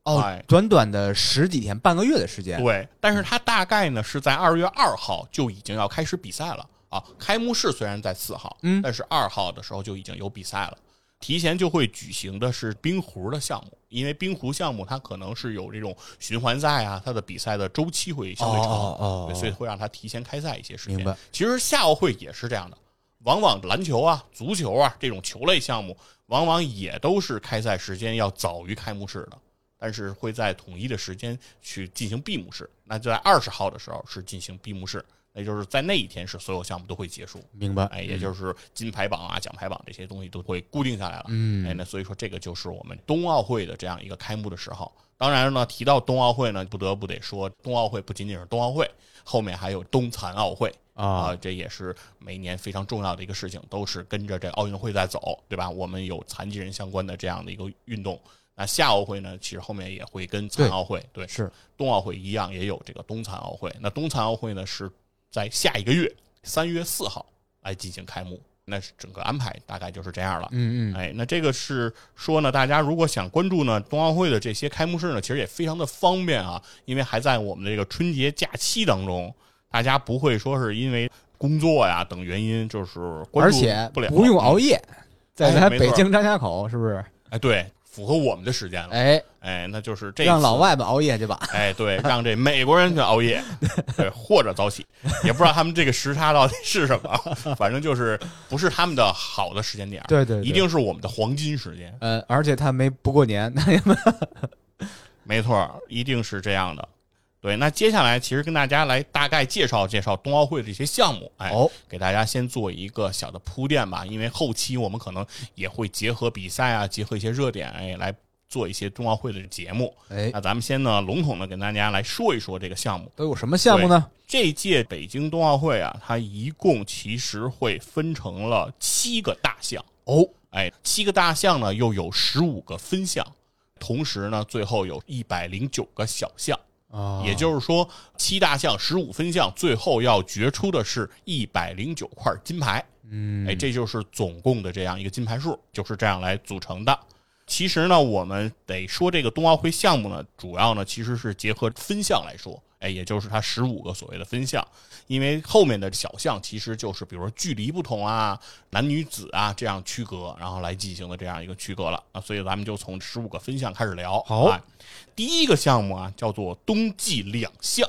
[SPEAKER 2] 哦
[SPEAKER 1] 哎，
[SPEAKER 2] 短短的十几天，半个月的时间，
[SPEAKER 1] 对，但是它大概呢是在二月二号就已经要开始比赛了啊。开幕式虽然在四号，
[SPEAKER 2] 嗯
[SPEAKER 1] 但是二号的时候就已经有比赛了。提前就会举行的是冰壶的项目，因为冰壶项目它可能是有这种循环赛啊，它的比赛的周期会相对长，
[SPEAKER 2] 哦哦哦
[SPEAKER 1] 对所以会让它提前开赛一些时间。
[SPEAKER 2] 明白
[SPEAKER 1] 其实夏奥会也是这样的，往往篮球啊、足球啊这种球类项目，往往也都是开赛时间要早于开幕式的，但是会在统一的时间去进行闭幕式。那就在二十号的时候是进行闭幕式，那就是在那一天是所有项目都会结束。
[SPEAKER 2] 明白？
[SPEAKER 1] 哎，也就是金牌榜啊、奖牌榜这些东西都会固定下来了。
[SPEAKER 2] 嗯
[SPEAKER 1] 哎，那所以说这个就是我们冬奥会的这样一个开幕的时候。当然呢，提到冬奥会呢，不得不得说，冬奥会不仅仅是冬奥会，后面还有冬残奥会。啊、
[SPEAKER 2] 啊，
[SPEAKER 1] 这也是每年非常重要的一个事情，都是跟着这奥运会在走，对吧？我们有残疾人相关的这样的一个运动。那夏奥会呢，其实后面也会跟残奥会对
[SPEAKER 2] 是
[SPEAKER 1] 冬奥会一样，也有这个冬残奥会。那冬残奥会呢是在下一个月三月四号来进行开幕，那是整个安排大概就是这样了。
[SPEAKER 2] 嗯嗯，
[SPEAKER 1] 哎，那这个是说呢，大家如果想关注呢冬奥会的这些开幕式呢，其实也非常的方便啊，因为还在我们的这个春节假期当中，大家不会说是因为工作呀等原因就是关
[SPEAKER 2] 而
[SPEAKER 1] 注
[SPEAKER 2] 且
[SPEAKER 1] 不了，嗯
[SPEAKER 2] 不用熬夜，在
[SPEAKER 1] 哎
[SPEAKER 2] 咱
[SPEAKER 1] 没
[SPEAKER 2] 北
[SPEAKER 1] 错
[SPEAKER 2] 京张家口是不是？
[SPEAKER 1] 哎，对，符合我们的时间了，
[SPEAKER 2] 哎，
[SPEAKER 1] 哎，那就是这一
[SPEAKER 2] 让
[SPEAKER 1] 次
[SPEAKER 2] 老外们熬夜去吧。
[SPEAKER 1] 哎，对，让这美国人去熬 夜，对，或者早起，也不知道他们这个时差到底是什么，反正就是不是他们的好的时间点儿，
[SPEAKER 2] 对对对
[SPEAKER 1] 一定是我们的黄金时间，
[SPEAKER 2] 呃，而且他没不过年， 那也
[SPEAKER 1] 没错儿，一定是这样的。对，那接下来其实跟大家来大概介绍介绍冬奥会的一些项目，哎，
[SPEAKER 2] 哦
[SPEAKER 1] 给大家先做一个小的铺垫吧，因为后期我们可能也会结合比赛啊，结合一些热点，哎，来做一些冬奥会的节目。
[SPEAKER 2] 哎
[SPEAKER 1] 那咱们先呢，笼统的跟大家来说一说这个项目。
[SPEAKER 2] 都有什么项目呢？
[SPEAKER 1] 这届北京冬奥会啊，它一共其实会分成了七个大项，
[SPEAKER 2] 哦，
[SPEAKER 1] 哎，七个大项呢又有十五个分项，同时呢最后有一百零九个小项，
[SPEAKER 2] 啊
[SPEAKER 1] 也就是说七大项十五分项，最后要决出的是一百零九块金牌。
[SPEAKER 2] 嗯，
[SPEAKER 1] 哎，这就是总共的这样一个金牌数，就是这样来组成的。其实呢，我们得说这个冬奥会项目呢，主要呢其实是结合分项来说，哎，也就是它十五个所谓的分项，因为后面的小项其实就是比如说距离不同啊、男女子啊这样区隔，然后来进行的这样一个区隔了啊，所以咱们就从十五个分项开始聊。
[SPEAKER 2] 好
[SPEAKER 1] 哎第一个项目啊叫做冬季两项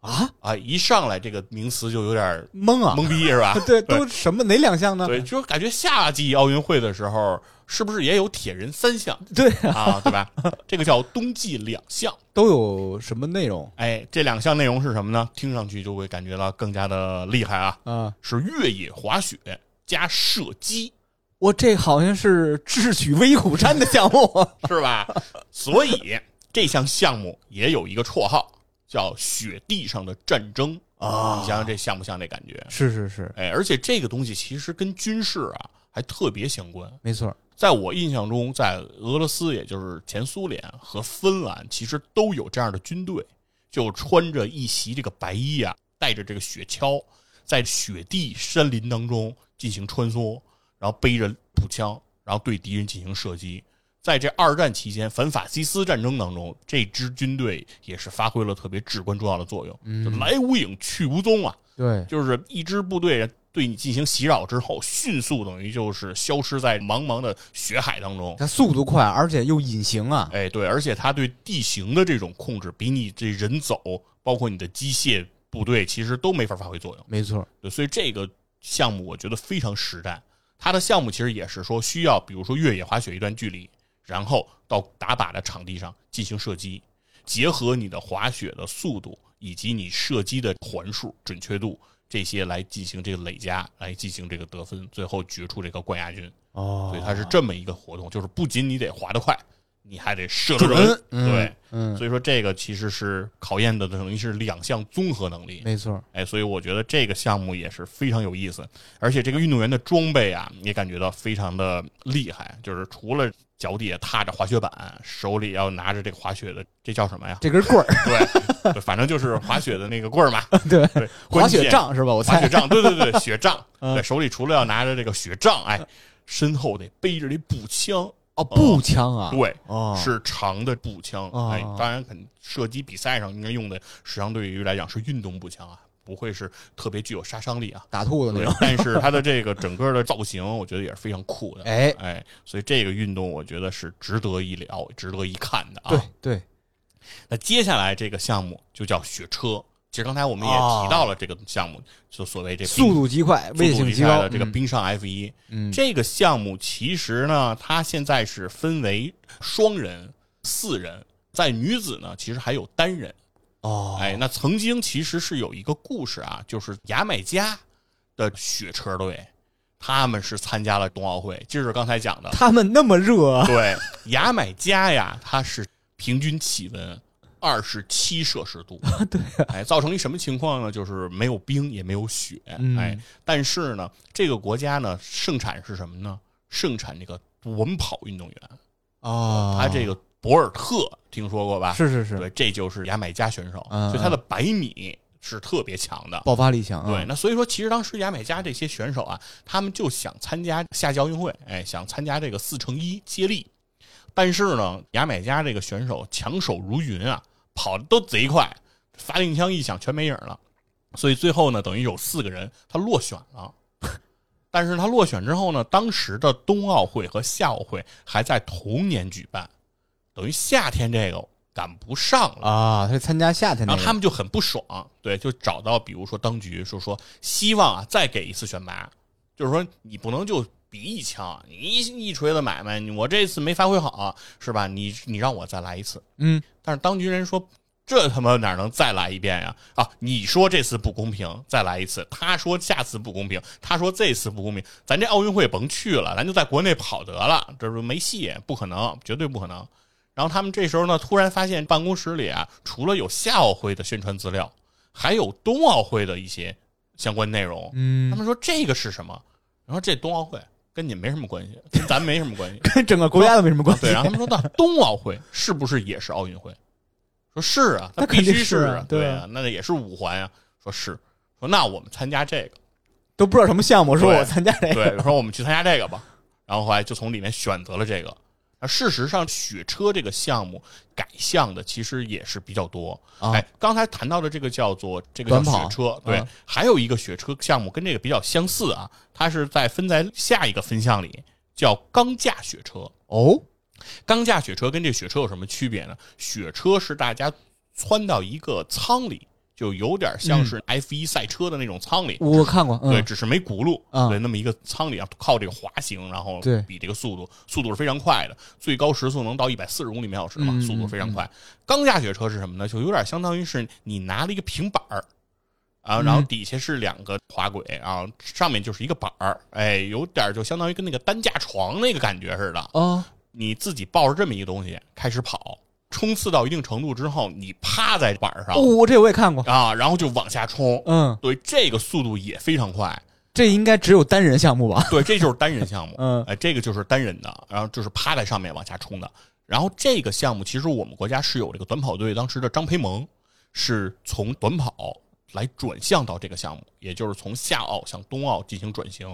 [SPEAKER 2] 啊，
[SPEAKER 1] 啊，一上来这个名词就有点
[SPEAKER 2] 懵啊，？
[SPEAKER 1] 懵逼是吧
[SPEAKER 2] 对，都什么哪两 项呢？
[SPEAKER 1] 对，就是感觉夏季奥运会的时候，是不是也有铁人三项
[SPEAKER 2] 对，
[SPEAKER 1] 啊？对吧？这个叫冬季两项。
[SPEAKER 2] 都有什么内容
[SPEAKER 1] 哎，这两项内容是什么呢？听上去就会感觉到更加的厉害啊！
[SPEAKER 2] 啊？
[SPEAKER 1] 是越野滑雪加射击，
[SPEAKER 2] 我这好像是智取威虎山的项目
[SPEAKER 1] 是吧？ 所以这项项目也有一个绰号，叫“雪地上的战争”。你
[SPEAKER 2] 啊，
[SPEAKER 1] 想想这像不像这感觉？
[SPEAKER 2] 是是是，
[SPEAKER 1] 哎，而且这个东西其实跟军事啊还特别相关。
[SPEAKER 2] 没错，
[SPEAKER 1] 在我印象中，在俄罗斯，也就是前苏联和芬兰，其实都有这样的军队，就穿着一袭这个白衣啊，带着这个雪橇，在雪地山林当中进行穿梭，然后背着步枪，然后对敌人进行射击。在这二战期间，反法西斯战争当中，这支军队也是发挥了特别至关重要的作用，就来无影去无踪啊。
[SPEAKER 2] 对，
[SPEAKER 1] 就是一支部队对你进行袭扰之后，迅速等于就是消失在茫茫的雪海当中。
[SPEAKER 2] 它速度快，而且又隐形啊，
[SPEAKER 1] 哎哎，对，而且他对地形的这种控制，比你这人走，包括你的机械部队其实都没法发挥作用。
[SPEAKER 2] 没错，
[SPEAKER 1] 对，所以这个项目我觉得非常实战。它的项目其实也是说需要，比如说越野滑雪一段距离，然后到打靶的场地上进行射击，结合你的滑雪的速度以及你射击的环数、准确度这些来进行这个累加，来进行这个得分，最后决出这个冠亚军。
[SPEAKER 2] 哦
[SPEAKER 1] 所以它是这么一个活动，就是不仅你得滑得快，你还得射得
[SPEAKER 2] 准
[SPEAKER 1] 准。，
[SPEAKER 2] 嗯
[SPEAKER 1] 对，
[SPEAKER 2] 嗯，
[SPEAKER 1] 所以说这个其实是考验的等于是两项综合能力。
[SPEAKER 2] 没错，
[SPEAKER 1] 哎，所以我觉得这个项目也是非常有意思，而且这个运动员的装备啊，也感觉到非常的厉害，就是除了脚底下踏着滑雪板，手里要拿着这个滑雪的，这叫什么呀？
[SPEAKER 2] 这根棍儿，
[SPEAKER 1] 对，对反正就是滑雪的那个棍儿嘛，
[SPEAKER 2] 对，
[SPEAKER 1] 对，
[SPEAKER 2] 滑
[SPEAKER 1] 关键
[SPEAKER 2] 雪杖是吧？我
[SPEAKER 1] 滑雪
[SPEAKER 2] 猜，
[SPEAKER 1] 杖，对对对，雪杖，
[SPEAKER 2] 嗯
[SPEAKER 1] 对，手里除了要拿着这个雪杖，哎，身后得背着这步枪，
[SPEAKER 2] 哦，步枪啊，
[SPEAKER 1] 对，
[SPEAKER 2] 哦，
[SPEAKER 1] 是长的步枪，
[SPEAKER 2] 哦
[SPEAKER 1] 哎，当然肯射击比赛上应该用的，相对于来讲是运动步枪啊，不会是特别具有杀伤力啊。
[SPEAKER 2] 打兔子那
[SPEAKER 1] 对
[SPEAKER 2] 种，，
[SPEAKER 1] 但是它的这个整个的造型，我觉得也是非常酷的。
[SPEAKER 2] 哎，
[SPEAKER 1] 哎，所以这个运动我觉得是值得一聊、值得一看的啊。
[SPEAKER 2] 对对，
[SPEAKER 1] 那接下来这个项目就叫雪车。其实刚才我们也提到了这个项目，就所谓这冰
[SPEAKER 2] 啊速度极快，
[SPEAKER 1] 速
[SPEAKER 2] 危
[SPEAKER 1] 度
[SPEAKER 2] 险
[SPEAKER 1] 比
[SPEAKER 2] 极
[SPEAKER 1] 赛
[SPEAKER 2] 高，
[SPEAKER 1] 的这个
[SPEAKER 2] 嗯
[SPEAKER 1] 冰上 F 一、
[SPEAKER 2] 嗯
[SPEAKER 1] 这个项目其实呢，它现在是分为双人、四人，在女子呢，其实还有单人。
[SPEAKER 2] 哦，
[SPEAKER 1] 哎，那曾经其实是有一个故事啊，就是牙买加的雪车队，他们是参加了冬奥会，就是刚才讲的。
[SPEAKER 2] 他们那么热 啊，
[SPEAKER 1] 对，牙买加呀，它是平均气温二十七摄氏度，
[SPEAKER 2] 啊
[SPEAKER 1] 对、哎，造成一什么情况呢？就是没有冰，也没有雪，
[SPEAKER 2] 嗯
[SPEAKER 1] 哎，但是呢，这个国家呢，盛产是什么呢？盛产这个短跑运动员，
[SPEAKER 2] 哦，
[SPEAKER 1] 他这个博尔特听说过吧？
[SPEAKER 2] 是是是，
[SPEAKER 1] 对，这就是牙买加选手，
[SPEAKER 2] 嗯
[SPEAKER 1] 所以他的百米是特别强的。
[SPEAKER 2] 爆发力强啊，
[SPEAKER 1] 对，那所以说，其实当时牙买加这些选手啊，他们就想参加夏季奥运会，哎，想参加这个四乘一接力，但是呢，牙买加这个选手强手如云啊，跑的都贼快，发令枪一响全没影儿了，所以最后呢，等于有四个人他落选了。但是他落选之后呢，当时的冬奥会和夏奥会还在同年举办，等于夏天这个赶不上了。
[SPEAKER 2] 啊，他参加夏天
[SPEAKER 1] 然
[SPEAKER 2] 那
[SPEAKER 1] 后
[SPEAKER 2] 个，
[SPEAKER 1] 他们就很不爽，对，就找到比如说当局说说希望啊再给一次选拔，就是说你不能就比一枪，啊你一一锤子买卖，你我这次没发挥好是吧？你你让我再来一次，
[SPEAKER 2] 嗯，
[SPEAKER 1] 但是当局人说这他妈哪能再来一遍呀？啊，你说这次不公平，再来一次；他说下次不公平，他说这次不公平，咱这奥运会甭去了，咱就在国内跑得了，这不没戏，不可能，绝对不可能。然后他们这时候呢，突然发现办公室里啊，除了有夏奥会的宣传资料，还有冬奥会的一些相关内容。他
[SPEAKER 2] 嗯，
[SPEAKER 1] 们说这个是什么？然后这冬奥会跟你没什么关系，跟咱没什么关系。
[SPEAKER 2] 跟整个国家都没什么关系
[SPEAKER 1] 啊对，，然后他们说到冬奥会是不是也是奥运会？说是啊，
[SPEAKER 2] 那
[SPEAKER 1] 必
[SPEAKER 2] 肯定
[SPEAKER 1] 须
[SPEAKER 2] 是啊
[SPEAKER 1] 啊，对
[SPEAKER 2] 对
[SPEAKER 1] 啊
[SPEAKER 2] 啊，
[SPEAKER 1] 那也是五环啊。说是，说那我们参加这个，
[SPEAKER 2] 都不知道什么项目，说
[SPEAKER 1] 对
[SPEAKER 2] 我参加这个，
[SPEAKER 1] 对，说我们去参加这个吧。然后后来就从里面选择了这个。那事实上，雪车这个项目改项的其实也是比较多。
[SPEAKER 2] 啊
[SPEAKER 1] 哎，刚才谈到的这个叫做这个叫
[SPEAKER 2] 短
[SPEAKER 1] 雪
[SPEAKER 2] 跑
[SPEAKER 1] 车，对，
[SPEAKER 2] 嗯
[SPEAKER 1] 还有一个雪车项目跟这个比较相似啊，它是在分在下一个分项里，叫钢架雪车。
[SPEAKER 2] 哦，
[SPEAKER 1] 钢架雪车跟这雪车有什么区别呢？雪车是大家窜到一个舱里，就有点像是 F 一赛车的那种舱里，
[SPEAKER 2] 我看过，
[SPEAKER 1] 对，
[SPEAKER 2] 嗯，
[SPEAKER 1] 只是没轱辘，
[SPEAKER 2] 嗯
[SPEAKER 1] 对，那么一个舱里啊，靠这个滑行，然后
[SPEAKER 2] 对
[SPEAKER 1] 比这个速度，速度是非常快的，最高时速能到一百四十公里每小时嘛，
[SPEAKER 2] 嗯
[SPEAKER 1] 速度非常快。钢架雪车是什么呢？就有点相当于是你拿了一个平板儿。啊，然后
[SPEAKER 2] 嗯
[SPEAKER 1] 底下是两个滑轨，啊，上面就是一个板儿，哎，有点就相当于跟那个担架床那个感觉似的，
[SPEAKER 2] 哦，
[SPEAKER 1] 你自己抱着这么一个东西开始跑，冲刺到一定程度之后，你趴在板上、
[SPEAKER 2] 哦，这我也看过，
[SPEAKER 1] 啊，然后就往下冲。
[SPEAKER 2] 嗯，
[SPEAKER 1] 对，这个速度也非常快。
[SPEAKER 2] 这应该只有单人项目吧？
[SPEAKER 1] 对，这就是单人项目。
[SPEAKER 2] 嗯
[SPEAKER 1] 哎，这个就是单人的，然后就是趴在上面往下冲的。然后这个项目其实我们国家是有这个短跑队，当时的张培萌是从短跑来转向到这个项目，也就是从夏奥向冬奥进行转型。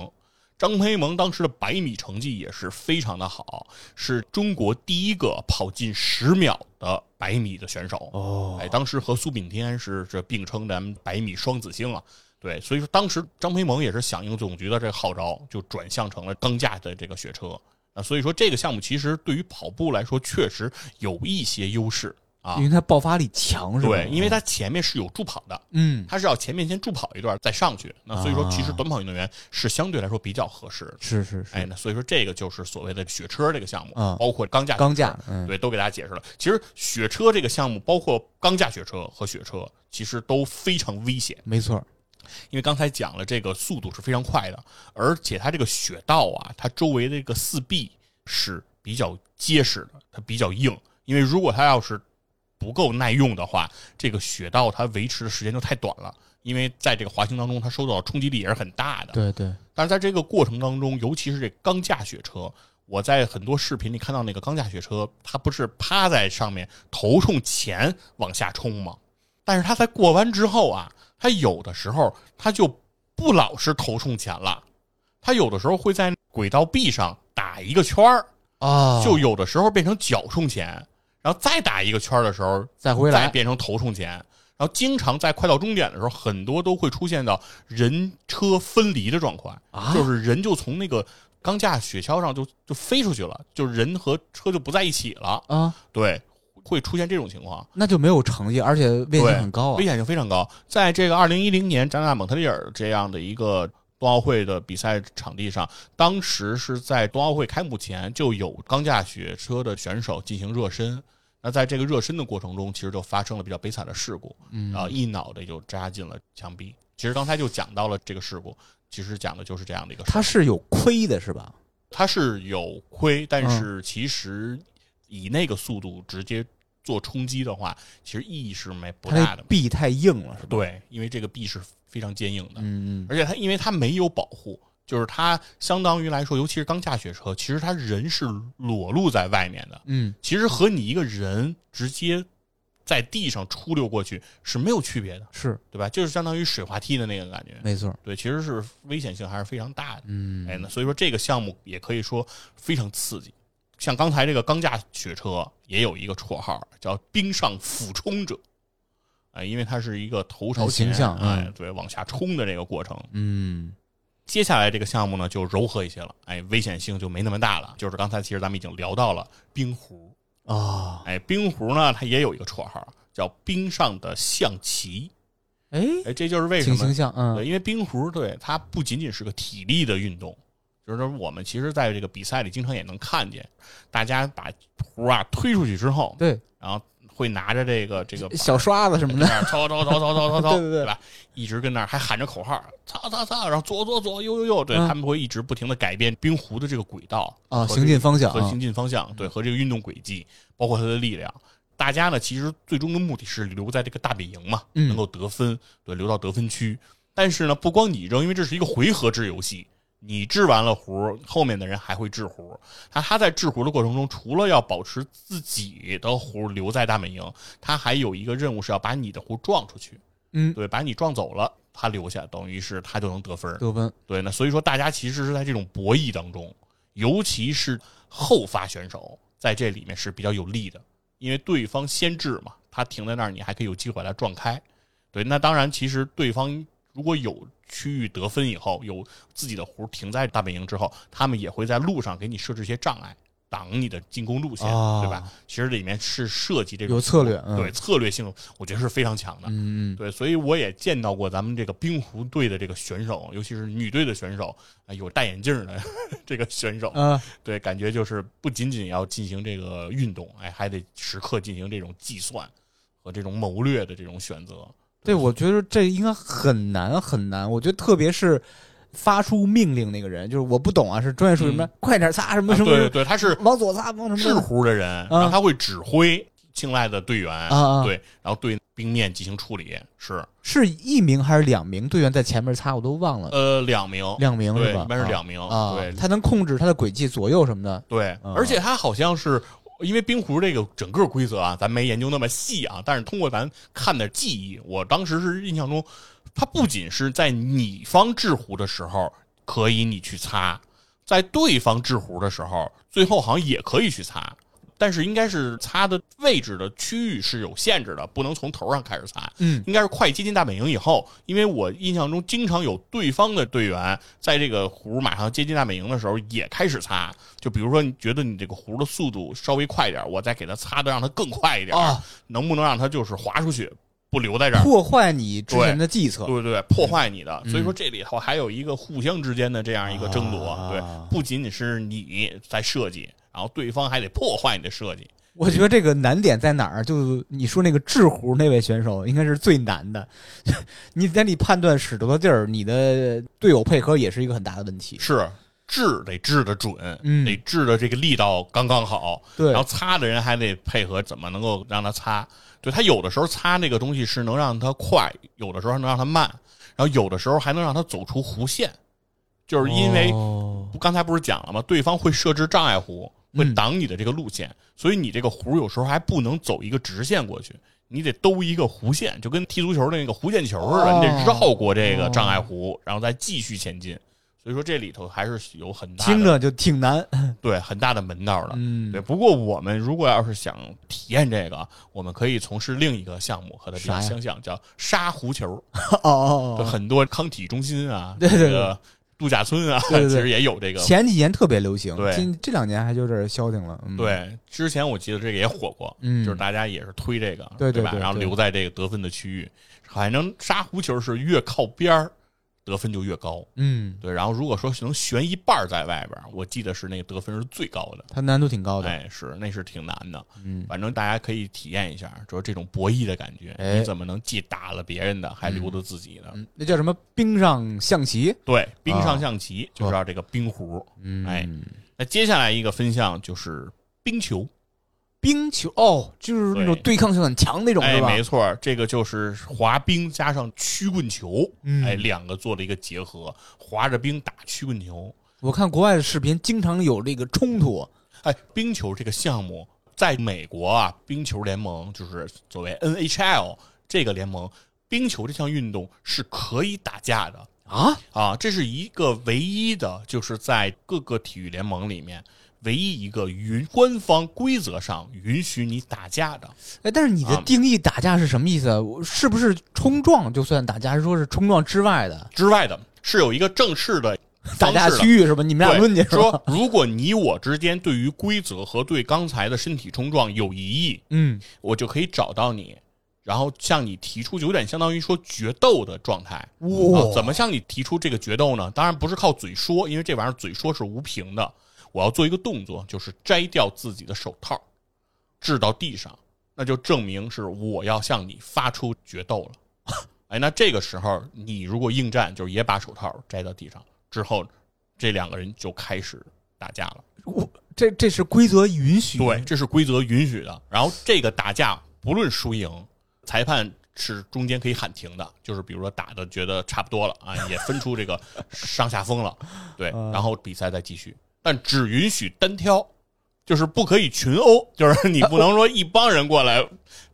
[SPEAKER 1] 张培萌当时的百米成绩也是非常的好，是中国第一个跑进十秒的百米的选手。
[SPEAKER 2] 哦，
[SPEAKER 1] 哎，当时和苏炳添是这并称咱们百米双子星啊。对，所以说当时张培萌也是响应总局的这个号召，就转向成了钢架的这个雪车啊。所以说这个项目其实对于跑步来说确实有一些优势，啊
[SPEAKER 2] 因为它爆发力强，是吧？
[SPEAKER 1] 对，因为它前面是有助跑的，
[SPEAKER 2] 嗯，
[SPEAKER 1] 它是要前面先助跑一段再上去。那所以说，其
[SPEAKER 2] 啊
[SPEAKER 1] 实短跑运动员是相对来说比较合适的。
[SPEAKER 2] 是是是，
[SPEAKER 1] 哎，那所以说这个就是所谓的雪车这个项目，
[SPEAKER 2] 嗯
[SPEAKER 1] 包括钢架
[SPEAKER 2] 钢架，嗯，
[SPEAKER 1] 对，都给大家解释了。其实雪车这个项目，包括钢架雪车和雪车，其实都非常危险，
[SPEAKER 2] 没错，
[SPEAKER 1] 因为刚才讲了，这个速度是非常快的，而且它这个雪道啊，它周围的这个四壁是比较结实的，它比较硬，因为如果它要是不够耐用的话，这个雪道它维持的时间就太短了。因为在这个滑行当中，它受到冲击力也是很大的。
[SPEAKER 2] 对对，
[SPEAKER 1] 但是在这个过程当中，尤其是这钢架雪车，我在很多视频里看到那个钢架雪车，它不是趴在上面头冲前往下冲吗？但是它在过弯之后啊，它有的时候它就不老是头冲前了，它有的时候会在轨道壁上打一个圈儿，
[SPEAKER 2] 啊，
[SPEAKER 1] 就有的时候变成脚冲前，然后再打一个圈儿的时候
[SPEAKER 2] 再回
[SPEAKER 1] 再
[SPEAKER 2] 来，
[SPEAKER 1] 变成头冲前。然后经常在快到终点的时候，很多都会出现到人车分离的状况，
[SPEAKER 2] 啊
[SPEAKER 1] 就是人就从那个钢架雪橇上就就飞出去了，就是人和车就不在一起了。
[SPEAKER 2] 啊，
[SPEAKER 1] 对，会出现这种情况，
[SPEAKER 2] 那就没有成绩，而且危
[SPEAKER 1] 对
[SPEAKER 2] 险很高啊
[SPEAKER 1] 危，险性非常高。在这个二零一零年扎纳蒙特利尔这样的一个冬奥会的比赛场地上，当时是在冬奥会开幕前就有钢架雪车的选手进行热身。那在这个热身的过程中，其实就发生了比较悲惨的事故，
[SPEAKER 2] 嗯
[SPEAKER 1] 然后啊一脑袋就扎进了墙壁。其实刚才就讲到了这个事故，其实讲的就是这样的一个事儿。
[SPEAKER 2] 它是有亏的，是吧？
[SPEAKER 1] 它是有亏，但是其实以那个速度直接做冲击的话，其实意义是没不
[SPEAKER 2] 它
[SPEAKER 1] 大
[SPEAKER 2] 那
[SPEAKER 1] 的。
[SPEAKER 2] 壁太硬了，是吧？，
[SPEAKER 1] 对，因为这个壁是非常坚硬的，
[SPEAKER 2] 嗯嗯，
[SPEAKER 1] 而且它因为它没有保护，就是它相当于来说，尤其是刚下雪车，其实它人是裸露在外面的，
[SPEAKER 2] 嗯，
[SPEAKER 1] 其实和你一个人直接在地上出溜过去是没有区别的，
[SPEAKER 2] 是
[SPEAKER 1] 对吧？就是相当于水滑梯的那个感觉，
[SPEAKER 2] 没错，
[SPEAKER 1] 对，其实是危险性还是非常大的。
[SPEAKER 2] 嗯
[SPEAKER 1] 哎哎，那所以说这个项目也可以说非常刺激。像刚才这个钢架雪车也有一个绰号叫“冰上俯冲者”，哎，因为它是一个头朝
[SPEAKER 2] 很形
[SPEAKER 1] 前，
[SPEAKER 2] 象嗯
[SPEAKER 1] 哎，对，往下冲的这个过程。
[SPEAKER 2] 嗯，
[SPEAKER 1] 接下来这个项目呢就柔和一些了，哎，危险性就没那么大了。就是刚才其实咱们已经聊到了冰壶，
[SPEAKER 2] 啊，
[SPEAKER 1] 哎，冰壶呢它也有一个绰号叫“冰上的象棋
[SPEAKER 2] 哎，”，
[SPEAKER 1] 哎，这就是为什
[SPEAKER 2] 挺
[SPEAKER 1] 么
[SPEAKER 2] 形象，嗯
[SPEAKER 1] 对，因为冰壶对它不仅仅是个体力的运动，就是说我们其实在这个比赛里经常也能看见，大家把壶啊推出去之后，
[SPEAKER 2] 对，
[SPEAKER 1] 然后会拿着这个这个
[SPEAKER 2] 小刷子什么
[SPEAKER 1] 板儿在
[SPEAKER 2] 的，
[SPEAKER 1] 那儿操操操操操操操，
[SPEAKER 2] 对对对
[SPEAKER 1] 吧？一直跟那儿还喊着口号，操操操，然后左左左右右右，对、
[SPEAKER 2] 嗯
[SPEAKER 1] 他们会一直不停的改变冰壶的这个轨道
[SPEAKER 2] 啊，
[SPEAKER 1] 和
[SPEAKER 2] 行
[SPEAKER 1] 这
[SPEAKER 2] 进方向
[SPEAKER 1] 和
[SPEAKER 2] 啊
[SPEAKER 1] 行，进方向，对，和这个运动轨迹，包括它的力量。大家呢，其实最终的目的是留在这个大本营嘛，
[SPEAKER 2] 嗯
[SPEAKER 1] 能够得分，对，留到得分区。但是呢，不光你扔，因为这是一个回合制游戏，你掷完了壶，后面的人还会掷壶。他他在掷壶的过程中，除了要保持自己的壶留在大本营，他还有一个任务是要把你的壶撞出去，
[SPEAKER 2] 嗯，
[SPEAKER 1] 对，把你撞走了，他留下，等于是他就能得分。
[SPEAKER 2] 得分，
[SPEAKER 1] 对，那所以说大家其实是在这种博弈当中，尤其是后发选手在这里面是比较有利的，因为对方先制嘛，他停在那儿，你还可以有机会把他撞开。对，那当然，其实对方如果有区域得分以后，有自己的弧停在大本营之后，他们也会在路上给你设置一些障碍，挡你的进攻路线，
[SPEAKER 2] 啊
[SPEAKER 1] 对吧？其实里面是设计这种
[SPEAKER 2] 有策略，嗯
[SPEAKER 1] 对，策略性，我觉得是非常强的。
[SPEAKER 2] 嗯嗯，
[SPEAKER 1] 对，所以我也见到过咱们这个冰壶队的这个选手，尤其是女队的选手，啊、有戴眼镜的 这个选手，
[SPEAKER 2] 啊，
[SPEAKER 1] 对，感觉就是不仅仅要进行这个运动，哎，还得时刻进行这种计算和这种谋略的这种选择。
[SPEAKER 2] 对，我觉得这应该很难很难，我觉得特别是发出命令那个人，就是我不懂啊，是专业术语什么，快点擦什么
[SPEAKER 1] 啊
[SPEAKER 2] 什么，
[SPEAKER 1] 对对，他是
[SPEAKER 2] 往左擦，往什
[SPEAKER 1] 制
[SPEAKER 2] 么啊
[SPEAKER 1] 壶的人，然后他会指挥青睐的队员，
[SPEAKER 2] 啊啊
[SPEAKER 1] 对，然后对冰面进行处理。是，
[SPEAKER 2] 是一名还是两名队员在前面擦，我都忘了，
[SPEAKER 1] 呃，两名，
[SPEAKER 2] 两名
[SPEAKER 1] 对，
[SPEAKER 2] 是吧？
[SPEAKER 1] 一般是两名，
[SPEAKER 2] 啊，
[SPEAKER 1] 对，
[SPEAKER 2] 他能控制他的轨迹左右什么的，
[SPEAKER 1] 对，
[SPEAKER 2] 嗯
[SPEAKER 1] 而且它好像是因为冰壶这个整个规则啊，咱没研究那么细啊，但是通过咱看的记忆，我当时是印象中，它不仅是在你方制壶的时候可以你去擦，在对方制壶的时候，最后好像也可以去擦。但是应该是擦的位置的区域是有限制的，不能从头上开始擦。
[SPEAKER 2] 嗯，
[SPEAKER 1] 应该是快接近大本营以后，因为我印象中经常有对方的队员在这个弧马上接近大本营的时候也开始擦。就比如说，你觉得你这个弧的速度稍微快一点，我再给它擦的让它更快一点，
[SPEAKER 2] 啊
[SPEAKER 1] 能不能让它就是滑出去，不留在这儿？
[SPEAKER 2] 破坏你之前的计策。
[SPEAKER 1] 对对对，破坏你的。所以说这里头还有一个互相之间的这样一个争夺，
[SPEAKER 2] 啊
[SPEAKER 1] 对，不仅仅是你在设计，然后对方还得破坏你的设计。
[SPEAKER 2] 我觉得这个难点在哪儿？啊就你说那个制弧那位选手，应该是最难的。 你在你判断使多的地儿，你的队友配合也是一个很大的问题。
[SPEAKER 1] 是治得治得准，
[SPEAKER 2] 嗯
[SPEAKER 1] 得治的这个力道刚刚好。
[SPEAKER 2] 对
[SPEAKER 1] 然后擦的人还得配合，怎么能够让他擦？对他有的时候擦那个东西是能让他快，有的时候能让他慢，然后有的时候还能让他走出弧线，就是因为
[SPEAKER 3] 哦
[SPEAKER 1] 刚才不是讲了吗？对方会设置障碍弧，会
[SPEAKER 2] 嗯
[SPEAKER 1] 挡你的这个路线，所以你这个弧有时候还不能走一个直线过去，你得兜一个弧线，就跟踢足球的那个弧线球似的，
[SPEAKER 2] 哦
[SPEAKER 1] 你得绕过这个障碍弧，然后再继续前进。所以说这里头还是有很大
[SPEAKER 2] 听
[SPEAKER 1] 的
[SPEAKER 2] 着就 挺难。
[SPEAKER 1] 对很大的门道的。
[SPEAKER 2] 嗯
[SPEAKER 1] 对，不过我们如果要是想体验这个，我们可以从事另一个项目，和它比较
[SPEAKER 2] 啥呀
[SPEAKER 1] 相像，叫沙湖球。
[SPEAKER 2] 哦哦
[SPEAKER 1] 就
[SPEAKER 2] 哦，
[SPEAKER 1] 很多康体中心啊，
[SPEAKER 2] 对对对
[SPEAKER 1] 这个度假村啊，
[SPEAKER 2] 对对对
[SPEAKER 1] 其实也有这个
[SPEAKER 2] 前几年特别流行，
[SPEAKER 1] 对
[SPEAKER 2] 今这两年还就有点消停了。嗯、，
[SPEAKER 1] 对，之前我记得这个也火过，
[SPEAKER 2] 嗯
[SPEAKER 1] 就是大家也是推这个，
[SPEAKER 2] 对对
[SPEAKER 1] 吧？
[SPEAKER 2] 对
[SPEAKER 1] 然后
[SPEAKER 2] 对
[SPEAKER 1] 留在这个得分的区域，反正沙弧球是越靠边儿得分就越高，
[SPEAKER 2] 嗯，
[SPEAKER 1] 对。然后如果说能悬一半儿在外边儿，我记得是那个得分是最高的，
[SPEAKER 2] 它难度挺高的。
[SPEAKER 1] 哎，是那是挺难的。
[SPEAKER 2] 嗯，
[SPEAKER 1] 反正大家可以体验一下，就是这种博弈的感觉，
[SPEAKER 2] 哎
[SPEAKER 1] 你怎么能既打了别人的，还留着自己的？
[SPEAKER 2] 嗯，那叫什么冰上象棋？
[SPEAKER 1] 对，冰
[SPEAKER 2] 啊
[SPEAKER 1] 上象棋、就是要这个冰壶。
[SPEAKER 2] 嗯
[SPEAKER 1] 哎那接下来一个分项就是冰球。
[SPEAKER 2] 冰球哦，就是那种对抗性很强那种，
[SPEAKER 1] 哎，
[SPEAKER 2] 是吧？
[SPEAKER 1] 没错儿，这个就是滑冰加上曲棍球，
[SPEAKER 2] 嗯
[SPEAKER 1] 哎，两个做了一个结合，滑着冰打曲棍球。
[SPEAKER 2] 我看国外的视频经常有这个冲突。
[SPEAKER 1] 哎，冰球这个项目在美国啊，冰球联盟就是所谓 NHL 这个联盟，冰球这项运动是可以打架的
[SPEAKER 2] 啊，
[SPEAKER 1] 啊，这是一个唯一的，就是在各个体育联盟里面唯一一个允官方规则上允许你打架的。
[SPEAKER 2] 哎，但是你的
[SPEAKER 1] 啊
[SPEAKER 2] 定义打架是什么意思啊？我是不是冲撞就算打架？还是说是冲撞之外的
[SPEAKER 1] 之外的是有一个正式的
[SPEAKER 2] 打架
[SPEAKER 1] 方式的
[SPEAKER 2] 区域是吧？你们俩
[SPEAKER 1] 对，
[SPEAKER 2] 论去是吧？
[SPEAKER 1] 说，如果你我之间对于规则和对刚才的身体冲撞有疑义，
[SPEAKER 2] 嗯，
[SPEAKER 1] 我就可以找到你，然后向你提出，有点相当于说决斗的状态。
[SPEAKER 2] 哇
[SPEAKER 1] 啊怎么向你提出这个决斗呢？当然不是靠嘴说，因为这玩意儿嘴说是无凭的。我要做一个动作，就是摘掉自己的手套，掷到地上，那就证明是我要向你发出决斗了。 哎，那这个时候你如果应战，就是也把手套摘到地上之后，这两个人就开始打架了。
[SPEAKER 2] 我这这是规则允许。
[SPEAKER 1] 对，，这是规则允许的。然后这个打架不论输赢，裁判是中间可以喊停的，就是比如说打的觉得差不多了啊，也分出这 个上下风了，对，
[SPEAKER 2] 嗯
[SPEAKER 1] 然后比赛再继续，但只允许单挑。就是不可以群殴，就是你不能说一帮人过来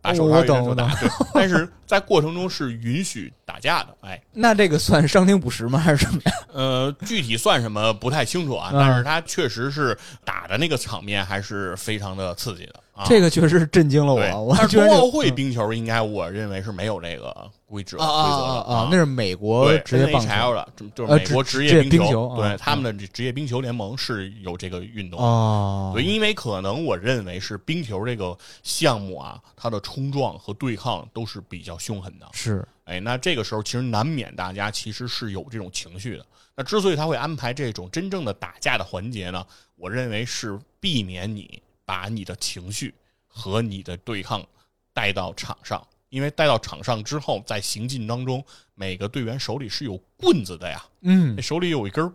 [SPEAKER 1] 把手
[SPEAKER 2] 哦我
[SPEAKER 1] 套一
[SPEAKER 2] 懂
[SPEAKER 1] 人手打
[SPEAKER 2] 我，
[SPEAKER 1] 对但是在过程中是允许打架的，哎，
[SPEAKER 2] 那这个算伤停补时吗？还是什么呀？
[SPEAKER 1] 呃，具体算什么不太清楚啊，
[SPEAKER 2] 嗯
[SPEAKER 1] 但是他确实是打的那个场面还是非常的刺激的啊。
[SPEAKER 2] 这个确实是震惊了我，
[SPEAKER 1] 对，
[SPEAKER 2] 我
[SPEAKER 1] 但
[SPEAKER 2] 居
[SPEAKER 1] 是
[SPEAKER 2] 然
[SPEAKER 1] 冬
[SPEAKER 2] 就
[SPEAKER 1] 奥会冰球应该我认为是没有这个规则规则的
[SPEAKER 2] 啊啊啊啊啊！那是美国
[SPEAKER 1] 对
[SPEAKER 2] 职业棒
[SPEAKER 1] NHL
[SPEAKER 2] 球
[SPEAKER 1] 的，就就是
[SPEAKER 2] 呃
[SPEAKER 1] 美国
[SPEAKER 2] 职
[SPEAKER 1] 职
[SPEAKER 2] 职
[SPEAKER 1] 业
[SPEAKER 2] 业冰球
[SPEAKER 1] 球，
[SPEAKER 2] 啊
[SPEAKER 1] 对他们的职业冰球联盟是有这个运动的。
[SPEAKER 2] 哦
[SPEAKER 1] 对，因为可能我认为是冰球这个项目啊，它的冲撞和对抗都是比较凶狠的。
[SPEAKER 2] 是
[SPEAKER 1] 哎，那这个时候其实难免大家其实是有这种情绪的。那之所以他会安排这种真正的打架的环节呢，我认为是避免你把你的情绪和你的对抗带到场上，因为带到场上之后，在行进当中，每个队员手里是有棍子的呀，
[SPEAKER 2] 嗯
[SPEAKER 1] 那手里有一根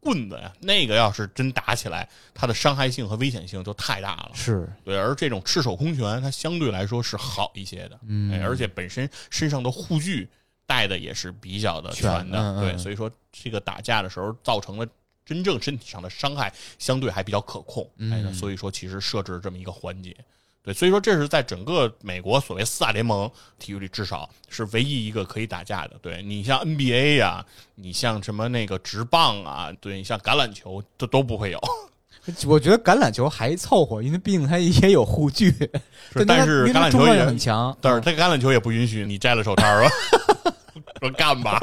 [SPEAKER 1] 棍子呀，那个要是真打起来，它的伤害性和危险性就太大了。
[SPEAKER 2] 是
[SPEAKER 1] 对，而这种赤手空拳，它相对来说是好一些的，
[SPEAKER 2] 嗯
[SPEAKER 1] 哎而且本身身上的护具带的也是比较的
[SPEAKER 2] 全
[SPEAKER 1] 全的，
[SPEAKER 2] 嗯嗯
[SPEAKER 1] 对，
[SPEAKER 2] 嗯
[SPEAKER 1] 所以说这个打架的时候造成了真正身体上的伤害相对还比较可控，哎，
[SPEAKER 2] 嗯
[SPEAKER 1] 那所以说其实设置这么一个环节。对，所以说这是在整个美国所谓四大联盟体育里，至少是唯一一个可以打架的。对你像 NBA 呀、你像什么那个直棒啊，对你像橄榄球，这都不会有。
[SPEAKER 2] 我觉得橄榄球还凑合，因为毕竟它也有护具，
[SPEAKER 1] 是但是
[SPEAKER 2] 因为它
[SPEAKER 1] 橄榄
[SPEAKER 2] 重
[SPEAKER 1] 球
[SPEAKER 2] 量
[SPEAKER 1] 也
[SPEAKER 2] 也很强。
[SPEAKER 1] 但是在橄榄球也不允许你摘了手套啊， 说干吧，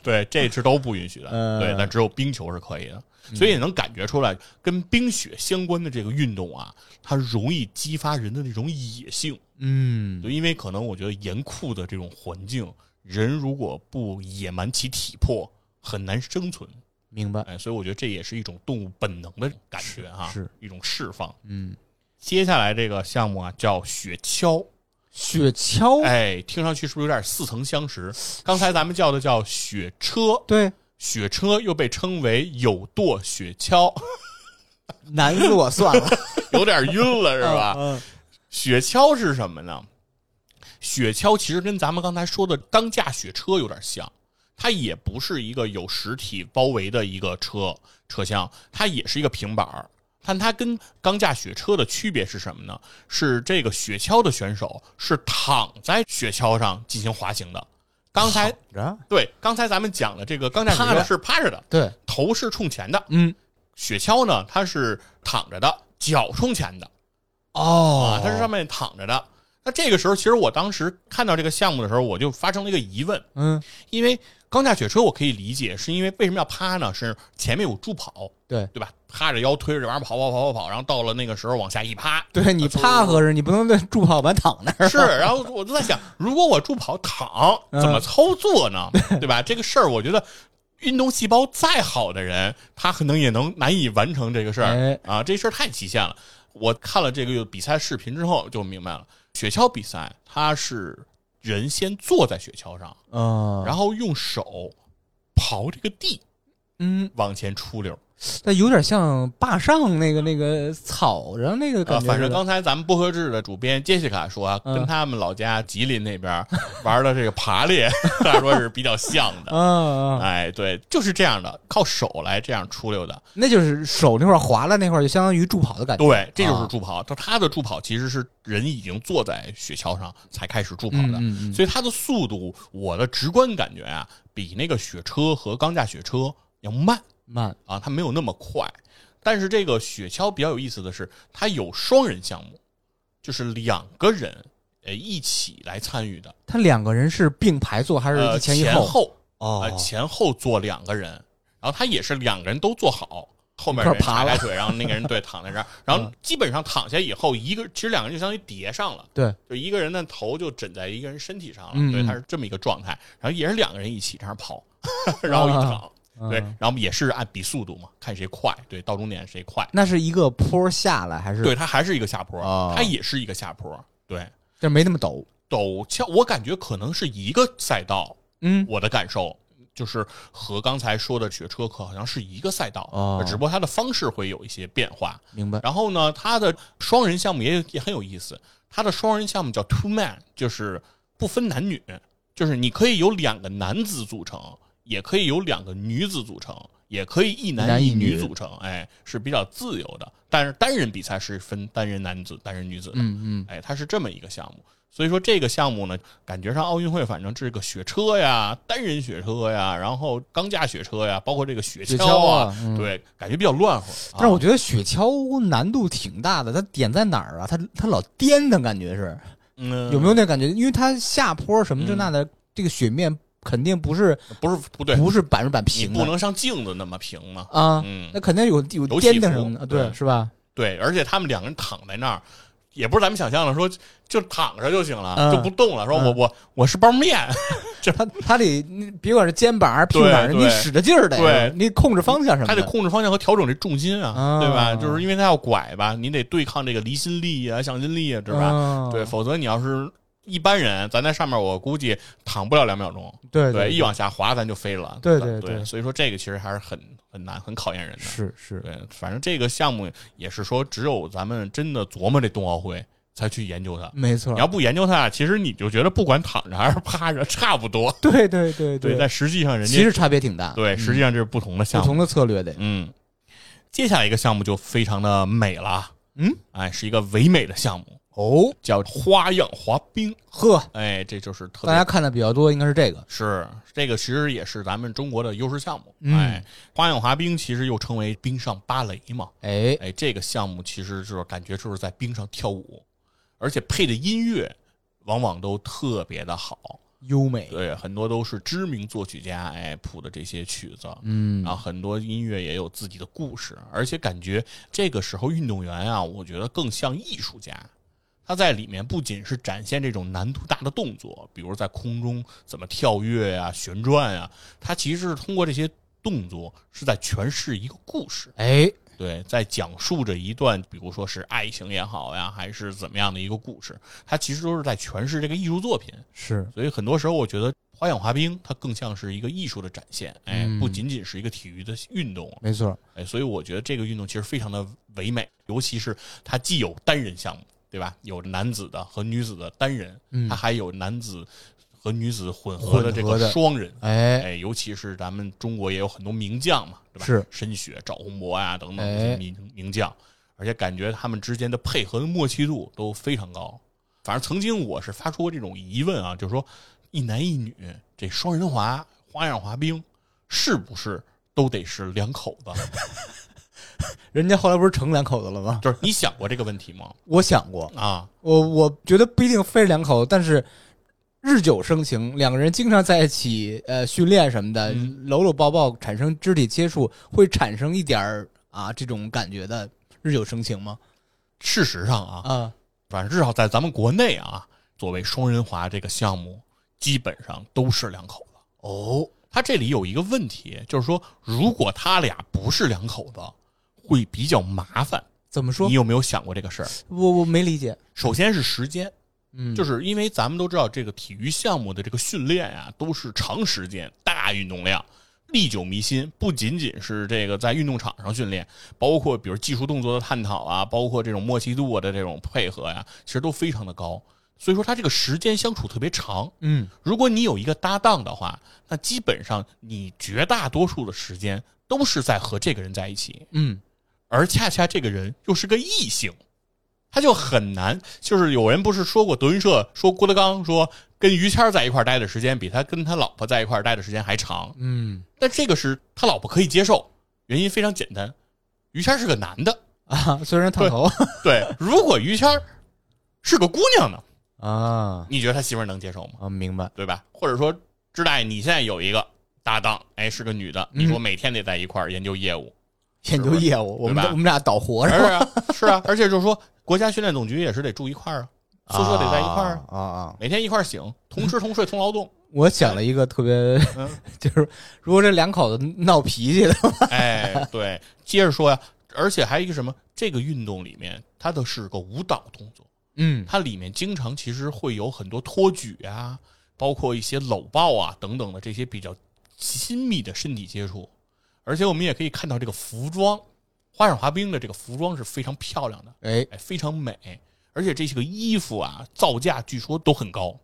[SPEAKER 1] 对，这是都不允许的。
[SPEAKER 2] 呃
[SPEAKER 1] 对，但只有冰球是可以的，
[SPEAKER 2] 嗯
[SPEAKER 1] 所以也能感觉出来，跟冰雪相关的这个运动啊，它容易激发人的那种野性。
[SPEAKER 2] 嗯，
[SPEAKER 1] 就因为可能我觉得严酷的这种环境，人如果不野蛮其体魄，很难生存。
[SPEAKER 2] 明白。
[SPEAKER 1] 哎，所以我觉得这也是一种动物本能的感觉哈、
[SPEAKER 2] 是是
[SPEAKER 1] 一种释放。
[SPEAKER 2] 嗯，
[SPEAKER 1] 接下来这个项目啊，叫雪橇。
[SPEAKER 2] 雪橇，
[SPEAKER 1] 哎，听上去是不是有点似曾相识？刚才咱们叫的叫雪车，
[SPEAKER 2] 对，
[SPEAKER 1] 雪车又被称为有舵雪橇，
[SPEAKER 2] 难死我算了，
[SPEAKER 1] 有点晕了是
[SPEAKER 2] 是
[SPEAKER 1] 吧？？雪橇是什么呢？雪橇其实跟咱们刚才说的钢架雪车有点像，它也不是一个有实体包围的一个车车厢，它也是一个平板儿。但它跟钢架雪车的区别是什么呢？是这个雪橇的选手是躺在雪橇上进行滑行的。刚才
[SPEAKER 2] 着，
[SPEAKER 1] 对，刚才咱们讲的这个钢架雪
[SPEAKER 2] 趴着
[SPEAKER 1] 橇是趴着的，
[SPEAKER 2] 对，
[SPEAKER 1] 头是冲前的；
[SPEAKER 2] 嗯，
[SPEAKER 1] 雪橇呢，它是躺着的，脚冲前的
[SPEAKER 2] 哦
[SPEAKER 1] 啊，，它是上面躺着的。那这个时候，其实我当时看到这个项目的时候，我就发生了一个疑问，
[SPEAKER 2] 嗯，
[SPEAKER 1] 因为钢架雪车我可以理解，是因为为什么要趴呢？是前面有助跑，
[SPEAKER 2] 对，
[SPEAKER 1] 对吧？趴着腰推着这玩意儿跑跑跑跑跑，然后到了那个时候往下一趴，
[SPEAKER 2] 对你趴合适，你不能在助跑板躺那儿，
[SPEAKER 1] 是，然后我就在想，如果我助跑躺
[SPEAKER 2] 嗯
[SPEAKER 1] 怎么操作呢？对吧？这个事儿，我觉得运动细胞再好的人，他可能也能难以完成这个事
[SPEAKER 2] 哎
[SPEAKER 1] 儿啊。这事儿太极限了。我看了这个比赛视频之后就明白了，雪橇比赛它是人先坐在雪橇上，
[SPEAKER 2] 嗯，
[SPEAKER 1] 然后用手刨这个地
[SPEAKER 2] 嗯，
[SPEAKER 1] 往前出溜。
[SPEAKER 2] 但有点像坝上那个那个草上那个
[SPEAKER 1] 啊，
[SPEAKER 2] 感觉似的，
[SPEAKER 1] 反正刚才咱们不合适的主编杰西卡说啊，
[SPEAKER 2] 嗯
[SPEAKER 1] 跟他们老家吉林那边儿玩的这个爬猎， 他说是比较像的。
[SPEAKER 2] 啊，啊
[SPEAKER 1] 哎，对，就是这样的，靠手来这样出溜的。
[SPEAKER 2] 那就是手那块儿滑了那块儿，就相当于助跑的感觉，
[SPEAKER 1] 对，这就
[SPEAKER 2] 啊
[SPEAKER 1] 是助跑。他他的助跑其实是人已经坐在雪橇上才开始助跑的，
[SPEAKER 2] 嗯嗯嗯
[SPEAKER 1] 所以他的速度，我的直观感觉啊，比那个雪车和钢架雪车要慢
[SPEAKER 2] 慢，
[SPEAKER 1] 啊，它没有那么快。但是这个雪橇比较有意思的是，它有双人项目，就是两个人呃一起来参与的，
[SPEAKER 2] 他两个人是并排坐还是
[SPEAKER 1] 呃
[SPEAKER 2] 一前一
[SPEAKER 1] 前
[SPEAKER 2] 后？
[SPEAKER 1] 后啊，
[SPEAKER 2] 哦，
[SPEAKER 1] 前后坐两个人，然后他也是两个人都坐好，后面
[SPEAKER 2] 一块儿
[SPEAKER 1] 人
[SPEAKER 2] 爬
[SPEAKER 1] 抬
[SPEAKER 2] 了嗯
[SPEAKER 1] 抬腿，然后那个人对躺在 这儿，然后基本上躺下以后，一个其实两个人就相当于叠上了，
[SPEAKER 2] 对，
[SPEAKER 1] 就一个人的头就枕在一个人身体上了，
[SPEAKER 2] 嗯
[SPEAKER 1] 对，他是这么一个状态，然后也是两个人一起这样跑，
[SPEAKER 2] 啊
[SPEAKER 1] 然后一躺，对，
[SPEAKER 2] 嗯
[SPEAKER 1] 然后也是按比速度嘛，看谁快，对，到终点谁快，
[SPEAKER 2] 那是一个坡下来还是？
[SPEAKER 1] 对，它还是一个下坡
[SPEAKER 2] 啊，
[SPEAKER 1] 它也是一个下坡，对。
[SPEAKER 2] 这没那么陡，
[SPEAKER 1] 陡峭，我感觉可能是一个赛道，
[SPEAKER 2] 嗯，
[SPEAKER 1] 我的感受就是和刚才说的雪车课好像是一个赛道，
[SPEAKER 2] 哦嗯
[SPEAKER 1] 只不过它的方式会有一些变化。
[SPEAKER 2] 明白。
[SPEAKER 1] 然后呢，它的双人项目也也很有意思，它的双人项目叫 two man，就是不分男女，就是你可以有两个男子组成，也可以有两个女子组成。也可以一
[SPEAKER 2] 男
[SPEAKER 1] 男
[SPEAKER 2] 一
[SPEAKER 1] 一
[SPEAKER 2] 女
[SPEAKER 1] 女组成，哎，是比较自由的。但是单人比赛是分单人男子、单人女子的。
[SPEAKER 2] 嗯嗯，
[SPEAKER 1] 哎，它是这么一个项目。所以说这个项目呢，感觉上奥运会反正这个雪车呀、单人雪车呀，然后钢架雪车呀，包括这个雪
[SPEAKER 2] 雪
[SPEAKER 1] 橇
[SPEAKER 2] 橇啊嗯
[SPEAKER 1] 对，感觉比较乱乎。
[SPEAKER 2] 但是我
[SPEAKER 1] 啊
[SPEAKER 2] 觉得雪橇难度挺大的，它点在哪儿啊？它它老颠的感觉是
[SPEAKER 1] 嗯
[SPEAKER 2] 有没有那感觉？因为它下坡什么
[SPEAKER 1] 嗯
[SPEAKER 2] 这那的，这个雪面肯定不是
[SPEAKER 1] 不是不对，
[SPEAKER 2] 不是板着板
[SPEAKER 1] 你
[SPEAKER 2] 平
[SPEAKER 1] 不
[SPEAKER 2] 的
[SPEAKER 1] 能像镜子那么平嘛。
[SPEAKER 2] 啊，
[SPEAKER 1] 嗯
[SPEAKER 2] 那，肯定有有
[SPEAKER 1] 有
[SPEAKER 2] 颠
[SPEAKER 1] 起
[SPEAKER 2] 的
[SPEAKER 1] 伏
[SPEAKER 2] 什么的，
[SPEAKER 1] 对
[SPEAKER 2] 是吧？
[SPEAKER 1] 对，而且他们两个人躺在那儿，也不是咱们想象的说就躺着就行了，
[SPEAKER 2] 嗯
[SPEAKER 1] 就不动了。说我、
[SPEAKER 2] 嗯
[SPEAKER 1] 我我是包面，
[SPEAKER 2] 它它得你别管是肩膀还是屁股哪儿，
[SPEAKER 1] 对
[SPEAKER 2] 你
[SPEAKER 1] 对
[SPEAKER 2] 使着劲儿得，
[SPEAKER 1] 对
[SPEAKER 2] 你控制方向什么
[SPEAKER 1] 他得
[SPEAKER 2] 的。
[SPEAKER 1] 控制方向和调整这重心啊，
[SPEAKER 2] 啊
[SPEAKER 1] 对吧？就是因为他要拐吧，你得对抗这个离心力啊、向心力啊，对吧？
[SPEAKER 2] 嗯
[SPEAKER 1] 对，否则你要是一般人，咱在上面我估计躺不了两秒钟，
[SPEAKER 2] 对
[SPEAKER 1] 一往下滑咱就飞了，
[SPEAKER 2] 对
[SPEAKER 1] 对
[SPEAKER 2] 对对
[SPEAKER 1] 所以说这个其实还是很很难，很考验人的。
[SPEAKER 2] 是是，
[SPEAKER 1] 对，反正这个项目也是说，只有咱们真的琢磨这冬奥会才去研究它。
[SPEAKER 2] 没错
[SPEAKER 1] 你。要不研究它，其实你就觉得不管躺着还是趴着差不多。
[SPEAKER 2] 对对对
[SPEAKER 1] 对，但实际上人家
[SPEAKER 2] 其实差别挺大。
[SPEAKER 1] 对，
[SPEAKER 2] 嗯
[SPEAKER 1] 实际上这是不同的
[SPEAKER 2] 不
[SPEAKER 1] 项目。
[SPEAKER 2] 同的策略得，
[SPEAKER 1] 嗯，接下来一个项目就非常的美了，
[SPEAKER 2] 嗯，
[SPEAKER 1] 哎，是一个唯美的项目，
[SPEAKER 2] 哦，
[SPEAKER 1] 叫花样滑冰。
[SPEAKER 2] 呵，
[SPEAKER 1] 哎，这就是特别
[SPEAKER 2] 大家看的比较多，应该是这个。
[SPEAKER 1] 是这个，其实也是咱们中国的优势项目。
[SPEAKER 2] 嗯
[SPEAKER 1] 哎，花样滑冰其实又称为冰上芭蕾嘛。
[SPEAKER 2] 哎，
[SPEAKER 1] 哎，这个项目其实就是感觉就是在冰上跳舞，而且配的音乐往往都特别的好。
[SPEAKER 2] 优美，
[SPEAKER 1] 对，很多都是知名作曲家哎谱的这些曲子。
[SPEAKER 2] 嗯
[SPEAKER 1] 然后很多音乐也有自己的故事，而且感觉这个时候运动员啊，我觉得更像艺术家。他在里面不仅是展现这种难度大的动作，比如在空中怎么跳跃呀、旋转呀，他其实是通过这些动作是在诠释一个故事。
[SPEAKER 2] 哎，
[SPEAKER 1] 对，在讲述着一段，比如说是爱情也好呀，还是怎么样的一个故事，它其实都是在诠释这个艺术作品。
[SPEAKER 2] 是，
[SPEAKER 1] 所以很多时候，我觉得花样滑冰它更像是一个艺术的展现，哎，
[SPEAKER 2] 嗯
[SPEAKER 1] 不仅仅是一个体育的运动，
[SPEAKER 2] 没错，
[SPEAKER 1] 哎，所以我觉得这个运动其实非常的唯美，尤其是它既有单人项目，对吧？有男子的和女子的单人，
[SPEAKER 2] 嗯
[SPEAKER 1] 它还有男子和女子混合的这
[SPEAKER 2] 混
[SPEAKER 1] 个
[SPEAKER 2] 合的
[SPEAKER 1] 双人，
[SPEAKER 2] 哎，
[SPEAKER 1] 哎，尤其是咱们中国也有很多名将嘛，对吧？
[SPEAKER 2] 是
[SPEAKER 1] 申雪、赵宏博呀、等等
[SPEAKER 2] 哎
[SPEAKER 1] 这些名名将，而且感觉他们之间的配合的默契度都非常高。反正曾经我是发出过这种疑问啊，就是说一男一女这双人滑、花样滑冰是不是都得是两口子？
[SPEAKER 2] 人家后来不是成两口子了吗？
[SPEAKER 1] 就是你想过这个问题吗？
[SPEAKER 2] 我想过，
[SPEAKER 1] 啊，
[SPEAKER 2] 我我觉得不一定非是两口子，但是日久生情，两个人经常在一起，呃，训练什么的，
[SPEAKER 1] 嗯
[SPEAKER 2] 搂搂抱抱，产生肢体接触，会产生一点儿啊这种感觉的日久生情吗？
[SPEAKER 1] 事实上啊，
[SPEAKER 2] 啊，
[SPEAKER 1] 反正至少在咱们国内啊，作为双人滑这个项目，基本上都是两口子。哦，他这里有一个问题，就是说，如果他俩不是两口子，会比较麻烦。
[SPEAKER 2] 怎么说
[SPEAKER 1] 你？有没有想过这个事儿？
[SPEAKER 2] 我我没理解，
[SPEAKER 1] 首先是时间，
[SPEAKER 2] 嗯，
[SPEAKER 1] 就是因为咱们都知道这个体育项目的这个训练啊，都是长时间、大运动量。历久弥新，不仅仅是这个在运动场上训练，包括比如技术动作的探讨啊，包括这种默契度的这种配合呀、其实都非常的高。所以说，它这个时间相处特别长。
[SPEAKER 2] 嗯，
[SPEAKER 1] 如果你有一个搭档的话，那基本上你绝大多数的时间都是在和这个人在一起。
[SPEAKER 2] 嗯，
[SPEAKER 1] 而恰恰这个人又是个异性，他就很难。就是有人不是说过德云社说郭德纲说跟于谦儿在一块儿待的时间比他跟他老婆在一块儿待的时间还长，
[SPEAKER 2] 嗯
[SPEAKER 1] 但这个是他老婆可以接受，原因非常简单，于谦儿是个男的，
[SPEAKER 2] 啊， 虽然烫头
[SPEAKER 1] 对，如果于谦儿是个姑娘呢，
[SPEAKER 2] 啊
[SPEAKER 1] 你觉得他媳妇儿能接受吗？
[SPEAKER 2] 啊，明白，
[SPEAKER 1] 对吧？或者说，知代你现在有一个搭档，哎，是个女的，
[SPEAKER 2] 嗯
[SPEAKER 1] 你说每天得在一块儿研究业务，
[SPEAKER 2] 研究业务，我
[SPEAKER 1] 对
[SPEAKER 2] 们
[SPEAKER 1] 吧
[SPEAKER 2] 我们俩倒活
[SPEAKER 1] 是
[SPEAKER 2] 着，
[SPEAKER 1] 啊，是啊，而且就是说，国家训练总局也是得住一块儿啊，宿舍得在一块儿啊，
[SPEAKER 2] 啊啊！
[SPEAKER 1] 每天一块儿醒，同吃同睡同劳动。
[SPEAKER 2] 我想了一个特别，
[SPEAKER 1] 嗯
[SPEAKER 2] 就是如果这两口子闹脾气的，
[SPEAKER 1] 哎，对，接着说呀、而且还有一个什么，这个运动里面它的是个舞蹈动作，
[SPEAKER 2] 嗯
[SPEAKER 1] 它里面经常其实会有很多托举啊，包括一些搂抱啊等等的这些比较亲密的身体接触。而且我们也可以看到这个服装，花样滑冰的这个服装是非常漂亮的，
[SPEAKER 2] 哎，
[SPEAKER 1] 哎，非常美。而且这些个衣服啊，造价据说都很高。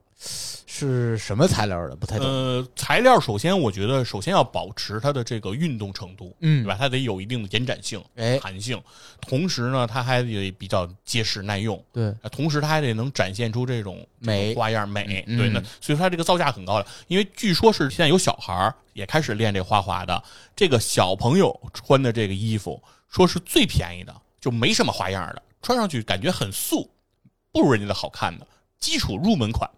[SPEAKER 2] 是什么材料的？不太懂。
[SPEAKER 1] 呃，材料首先我觉得首先要保持它的这个运动程度，
[SPEAKER 2] 嗯
[SPEAKER 1] 对吧？它得有一定的延展性、
[SPEAKER 2] 哎
[SPEAKER 1] 弹性，同时呢，它还得比较结实耐用，
[SPEAKER 2] 对，
[SPEAKER 1] 啊同时它还得能展现出这种
[SPEAKER 2] 美
[SPEAKER 1] 这种花样美。
[SPEAKER 2] 嗯
[SPEAKER 1] 对，
[SPEAKER 2] 嗯
[SPEAKER 1] 那所以它这个造价很高了，因为据说是现在有小孩儿也开始练这花滑的，这个小朋友穿的这个衣服说是最便宜的，就没什么花样的，穿上去感觉很素，不如人家的好看的，基础入门款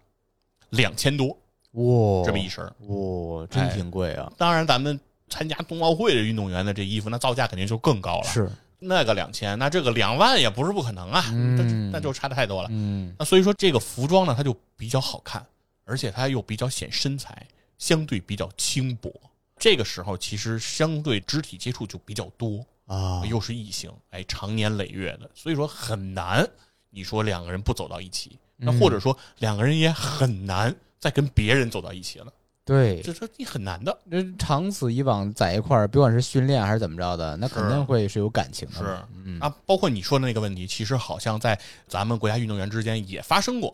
[SPEAKER 1] 两千多
[SPEAKER 2] 哇
[SPEAKER 1] 这么一身儿。
[SPEAKER 2] 哇，
[SPEAKER 1] 真
[SPEAKER 2] 真
[SPEAKER 1] 挺
[SPEAKER 2] 挺贵啊！
[SPEAKER 1] 当然，咱们参加冬奥会的运动员的这衣服，那造价肯定就更高了。
[SPEAKER 2] 哎是，
[SPEAKER 1] 那个两千，那这个两万也不是不可能啊，
[SPEAKER 2] 嗯
[SPEAKER 1] 那那就差太多了。
[SPEAKER 2] 嗯，
[SPEAKER 1] 那所以说，这个服装呢，它就比较好看，而且它又比较显身材，相对比较轻薄。这个时候，其实相对肢体接触就比较多，
[SPEAKER 2] 啊，
[SPEAKER 1] 又是异性，哎，长年累月的，所以说很难。你说两个人不走到一起，那
[SPEAKER 2] 嗯
[SPEAKER 1] 或者说两个人也很难再跟别人走到一起了，
[SPEAKER 2] 对，
[SPEAKER 1] 这这你很难的。
[SPEAKER 2] 这长此以往在一块儿，不管是训练还是怎么着的，那肯定会是有感情的嘛。嗯
[SPEAKER 1] 啊，包括你说的那个问题，其实好像在咱们国家运动员之间也发生过，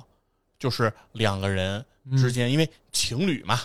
[SPEAKER 1] 就是两个人
[SPEAKER 2] 嗯
[SPEAKER 1] 之间，因为情侣嘛、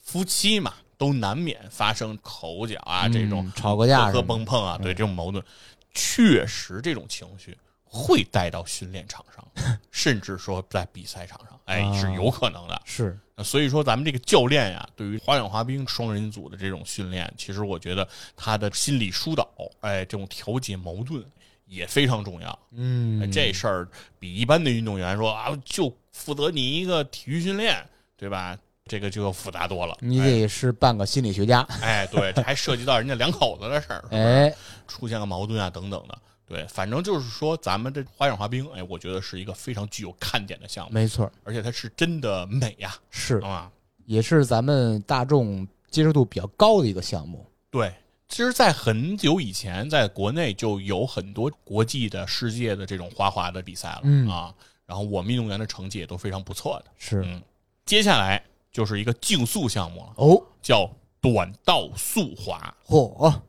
[SPEAKER 1] 夫妻嘛，都难免发生口角啊，这种
[SPEAKER 2] 嗯吵过架
[SPEAKER 1] 磕磕
[SPEAKER 2] 什么的
[SPEAKER 1] 碰碰啊，对这种矛盾，确实这种情绪会带到训练场 上，甚至说在比赛场上，哎，
[SPEAKER 2] 啊
[SPEAKER 1] 是有可能的。
[SPEAKER 2] 是
[SPEAKER 1] 那所以说，咱们这个教练呀，对于花样滑冰双人组的这种训练，其实我觉得他的心理疏导，哎，这种调解矛盾也非常重要。哎
[SPEAKER 2] 嗯
[SPEAKER 1] 这事儿比一般的运动员说啊，就负责你一个体育训练，对吧？这个就要复杂多了。
[SPEAKER 2] 你得是半个心理学家，
[SPEAKER 1] 哎，对，这还涉及到人家两口子的事儿，是吧
[SPEAKER 2] 哎，
[SPEAKER 1] 出现个矛盾啊等等的。对，反正就是说，咱们这花样滑冰，哎，我觉得是一个非常具有看点的项目，
[SPEAKER 2] 没错，
[SPEAKER 1] 而且它是真的美呀、
[SPEAKER 2] 是
[SPEAKER 1] 啊，
[SPEAKER 2] 也是咱们大众接受度比较高的一个项目。
[SPEAKER 1] 对。其实，在很久以前，在国内就有很多国际的、世界的这种花滑的比赛了、
[SPEAKER 2] 嗯
[SPEAKER 1] 啊。然后，我们运动员的成绩也都非常不错的。
[SPEAKER 2] 是
[SPEAKER 1] 嗯接下来就是一个竞速项目了，
[SPEAKER 2] 哦，
[SPEAKER 1] 叫短道速滑。
[SPEAKER 2] 嚯，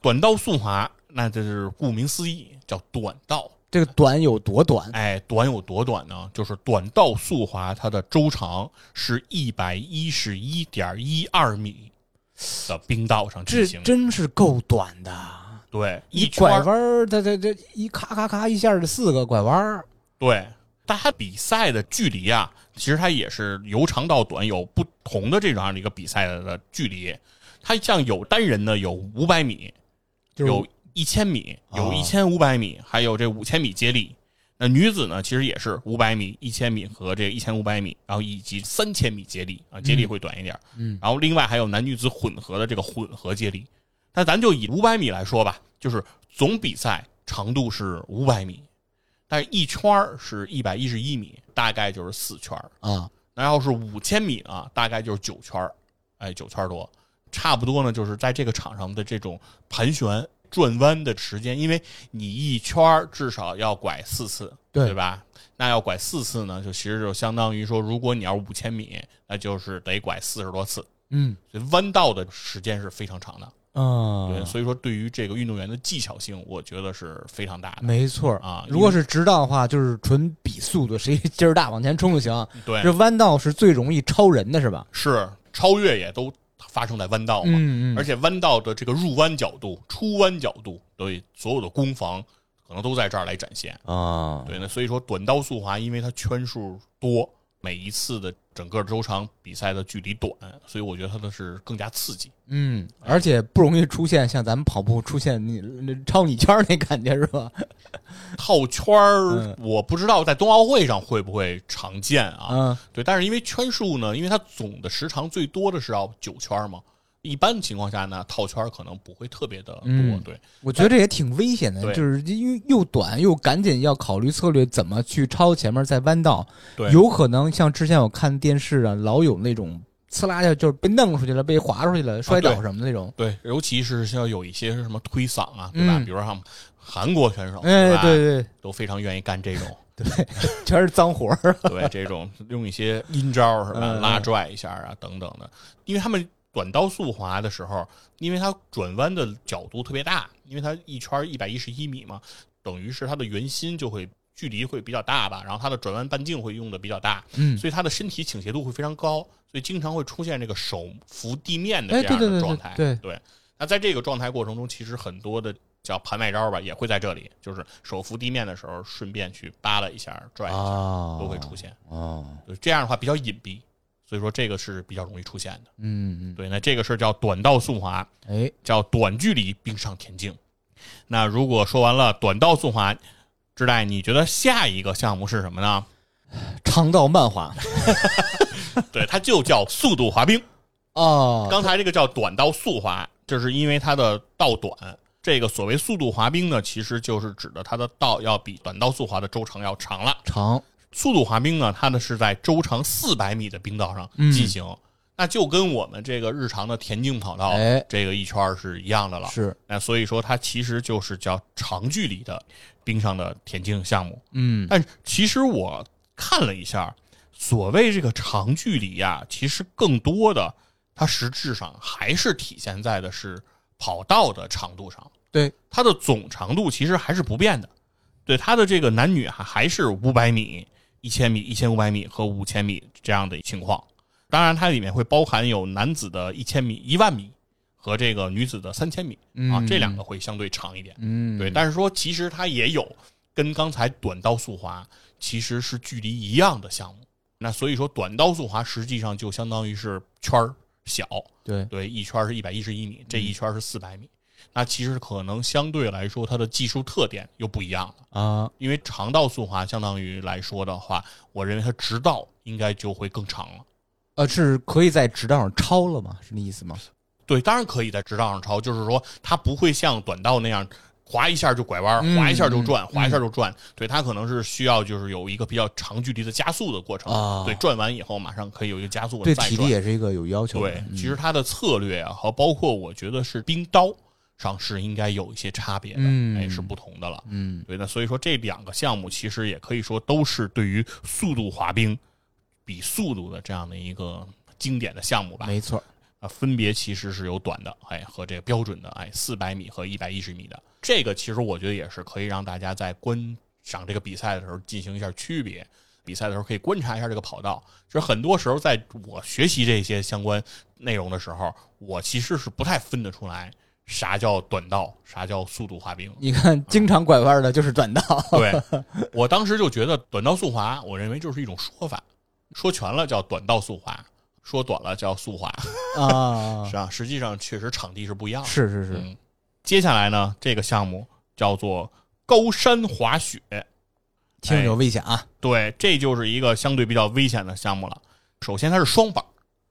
[SPEAKER 1] 短道速滑，那这是顾名思义，叫短道。
[SPEAKER 2] 这个短有多短？
[SPEAKER 1] 哎，短有多短呢？就是短道速滑，它的周长是一百一十一点一二米的冰道上进
[SPEAKER 2] 这
[SPEAKER 1] 行。
[SPEAKER 2] 真是够短的，
[SPEAKER 1] 对，
[SPEAKER 2] 一
[SPEAKER 1] 一圈
[SPEAKER 2] 拐
[SPEAKER 1] 儿
[SPEAKER 2] 弯儿，它它这一咔咔咔一下儿四个拐弯儿，
[SPEAKER 1] 对，但它比赛的距离啊，其实它也是由长到短有不同的这样的一个比赛的距离。它像有单人的有五百米，
[SPEAKER 2] 就是
[SPEAKER 1] 有一千米，有
[SPEAKER 2] 啊
[SPEAKER 1] 一千五百米，还有这五千米接力。那女子呢，其实也是五百米、一千米和这一千五百米，然后以及三千米接力啊，接力会短一点。
[SPEAKER 2] 嗯，
[SPEAKER 1] 然后另外还有男女子混合的这个混合接力。那咱就以五百米来说吧，就是总比赛长度是五百米，但是一圈儿是一百一十一米，大概就是四圈儿。
[SPEAKER 2] 啊，
[SPEAKER 1] 那要是五千米啊，大概就是九圈儿，哎，九圈儿多，差不多呢，就是在这个场上的这种盘旋、转弯的时间，因为你一圈儿至少要拐四次，
[SPEAKER 2] 对
[SPEAKER 1] 吧？那要拐四次呢，就其实就相当于说，如果你要五千米，那就是得拐四十多次，
[SPEAKER 2] 嗯
[SPEAKER 1] 所以弯道的时间是非常长的。
[SPEAKER 2] 啊
[SPEAKER 1] 对，所以说对于这个运动员的技巧性，我觉得是非常大的。
[SPEAKER 2] 没错儿
[SPEAKER 1] 啊
[SPEAKER 2] 如果是直道的话，就是纯比速度，谁 劲儿大往前冲就行。
[SPEAKER 1] 对，
[SPEAKER 2] 这弯道是最容易超人的，是吧？
[SPEAKER 1] 是超越也都发生在弯道嘛。
[SPEAKER 2] 嗯
[SPEAKER 1] 而且弯道的这个入弯角度、出弯角度，对所有的攻防可能都在这儿来展现。
[SPEAKER 2] 啊，
[SPEAKER 1] 对，那所以说短道速滑，因为它圈数多，每一次的整个周长比赛的距离短，所以我觉得它的是更加刺激。
[SPEAKER 2] 嗯，而且不容易出现像咱们跑步出现你那超你圈儿那感觉是吧？
[SPEAKER 1] 套圈儿
[SPEAKER 2] 嗯，
[SPEAKER 1] 我不知道在冬奥会上会不会常见啊？
[SPEAKER 2] 嗯，
[SPEAKER 1] 对，但是因为圈数呢，因为它总的时长最多的是要九圈嘛，一般情况下呢，套圈儿可能不会特别的多。
[SPEAKER 2] 嗯
[SPEAKER 1] 对，
[SPEAKER 2] 我觉得这也挺危险的，
[SPEAKER 1] 对
[SPEAKER 2] 就是因为又短又赶紧要考虑策略怎么去超前面再弯道，
[SPEAKER 1] 对，
[SPEAKER 2] 有可能像之前我看电视啊，老有那种呲啦就就是被弄出去了、被划出去了、摔倒
[SPEAKER 1] 啊对
[SPEAKER 2] 什么那种。
[SPEAKER 1] 对，尤其是像有一些是什么推搡啊，对吧？
[SPEAKER 2] 嗯
[SPEAKER 1] 比如像韩国选手，
[SPEAKER 2] 哎，
[SPEAKER 1] 吧？
[SPEAKER 2] 对对，
[SPEAKER 1] 都非常愿意干这种，
[SPEAKER 2] 全是脏活儿。
[SPEAKER 1] 对这种用一些阴招儿是吧？
[SPEAKER 2] 嗯嗯
[SPEAKER 1] 拉拽一下啊，等等的，因为他们短道速滑的时候，因为它转弯的角度特别大，因为它一圈一百一十一米嘛，等于是它的圆心就会。距离会比较大吧，然后它的转弯半径会用的比较大，
[SPEAKER 2] 嗯，
[SPEAKER 1] 所以它的身体倾斜度会非常高，所以经常会出现这个手扶地面的
[SPEAKER 2] 哎
[SPEAKER 1] 这样
[SPEAKER 2] 对对
[SPEAKER 1] 的
[SPEAKER 2] 对
[SPEAKER 1] 状态。
[SPEAKER 2] 对
[SPEAKER 1] 那在这个状态过程中，其实很多的叫盘外招吧，也会在这里，就是手扶地面的时候，顺便去扒拉一下、拽一下，
[SPEAKER 2] 啊
[SPEAKER 1] 哎都会出现。
[SPEAKER 2] 哦，
[SPEAKER 1] 就这样的话比较隐蔽，所以说这个是比较容易出现的。
[SPEAKER 2] 嗯，
[SPEAKER 1] 对，那这个事儿叫短道速滑，
[SPEAKER 2] 哎，
[SPEAKER 1] 叫短距离冰上田径。那如果说完了短道速滑，志代，你觉得下一个项目是什么呢？
[SPEAKER 2] 长道漫画
[SPEAKER 1] 对，它就叫速度滑冰。
[SPEAKER 2] 哦，
[SPEAKER 1] 刚才这个叫短道速滑，就是因为它的道短。这个所谓速度滑冰呢，其实就是指的它的道要比短道速滑的周长要长了。
[SPEAKER 2] 长
[SPEAKER 1] 速度滑冰呢，它的是在周长四百米的冰道上
[SPEAKER 2] 嗯
[SPEAKER 1] 进行，那就跟我们这个日常的田径跑道、
[SPEAKER 2] 哎
[SPEAKER 1] 这个一圈儿是一样的了。
[SPEAKER 2] 是，
[SPEAKER 1] 那所以说，它其实就是叫长距离的冰上的田径项目。
[SPEAKER 2] 嗯，
[SPEAKER 1] 但其实我看了一下，所谓这个长距离呀、其实更多的它实质上还是体现在的是跑道的长度上，
[SPEAKER 2] 对，
[SPEAKER 1] 它的总长度其实还是不变的。对它的这个男女还还是五百米、一千米、一千五百米和五千米这样的情况。当然，它里面会包含有男子的一千米、一万米和这个女子的三千米啊，
[SPEAKER 2] 嗯
[SPEAKER 1] 这两个会相对长一点。
[SPEAKER 2] 嗯，
[SPEAKER 1] 对，但是说其实它也有跟刚才短道速滑其实是距离一样的项目。那所以说，短道速滑实际上就相当于是圈儿小，
[SPEAKER 2] 对，
[SPEAKER 1] 对，一圈儿是一百一十一米，这一圈儿是四百米。那其实可能相对来说，它的技术特点又不一样了。
[SPEAKER 2] 啊，
[SPEAKER 1] 因为长道速滑相当于来说的话，我认为它直道应该就会更长了。
[SPEAKER 2] 呃，是可以在直道上超了吗？是那意思吗？
[SPEAKER 1] 对，当然可以在直道上超，就是说它不会像短道那样滑一下就拐弯，滑一下就
[SPEAKER 2] 嗯
[SPEAKER 1] 转，滑一下就转。对，它可能是需要就是有一个比较长距离的加速的过程。
[SPEAKER 2] 啊
[SPEAKER 1] 对，转完以后马上可以有一个加速，
[SPEAKER 2] 对
[SPEAKER 1] 再
[SPEAKER 2] 体
[SPEAKER 1] 转
[SPEAKER 2] 力。也是一个有要求的。
[SPEAKER 1] 对，
[SPEAKER 2] 嗯
[SPEAKER 1] 其实它的策略啊，和包括我觉得是冰刀上是应该有一些差别的，
[SPEAKER 2] 嗯
[SPEAKER 1] 哎，是不同的了。
[SPEAKER 2] 嗯，
[SPEAKER 1] 对，那所以说这两个项目其实也可以说都是对于速度滑冰比速度的这样的一个经典的项目吧。
[SPEAKER 2] 没错，
[SPEAKER 1] 啊，分别其实是有短的，哎，和这个标准的，哎，四百米和一百一十米的。这个其实我觉得也是可以让大家在观赏这个比赛的时候进行一下区别。比赛的时候可以观察一下这个跑道。就是很多时候，在我学习这些相关内容的时候，我其实是不太分得出来啥叫短道，啥叫速度滑冰。
[SPEAKER 2] 你看经常拐弯的就是 短道，
[SPEAKER 1] 对我当时就觉得短道速滑，我认为就是一种说法，说全了叫短道速滑，说短了叫速滑，
[SPEAKER 2] 啊
[SPEAKER 1] 是，吧？实际上确实场地是不一样的。
[SPEAKER 2] 是是是，
[SPEAKER 1] 嗯，接下来呢，这个项目叫做高山滑雪，
[SPEAKER 2] 听着有危险啊。
[SPEAKER 1] 对，这就是一个相对比较危险的项目了。首先，它是双板，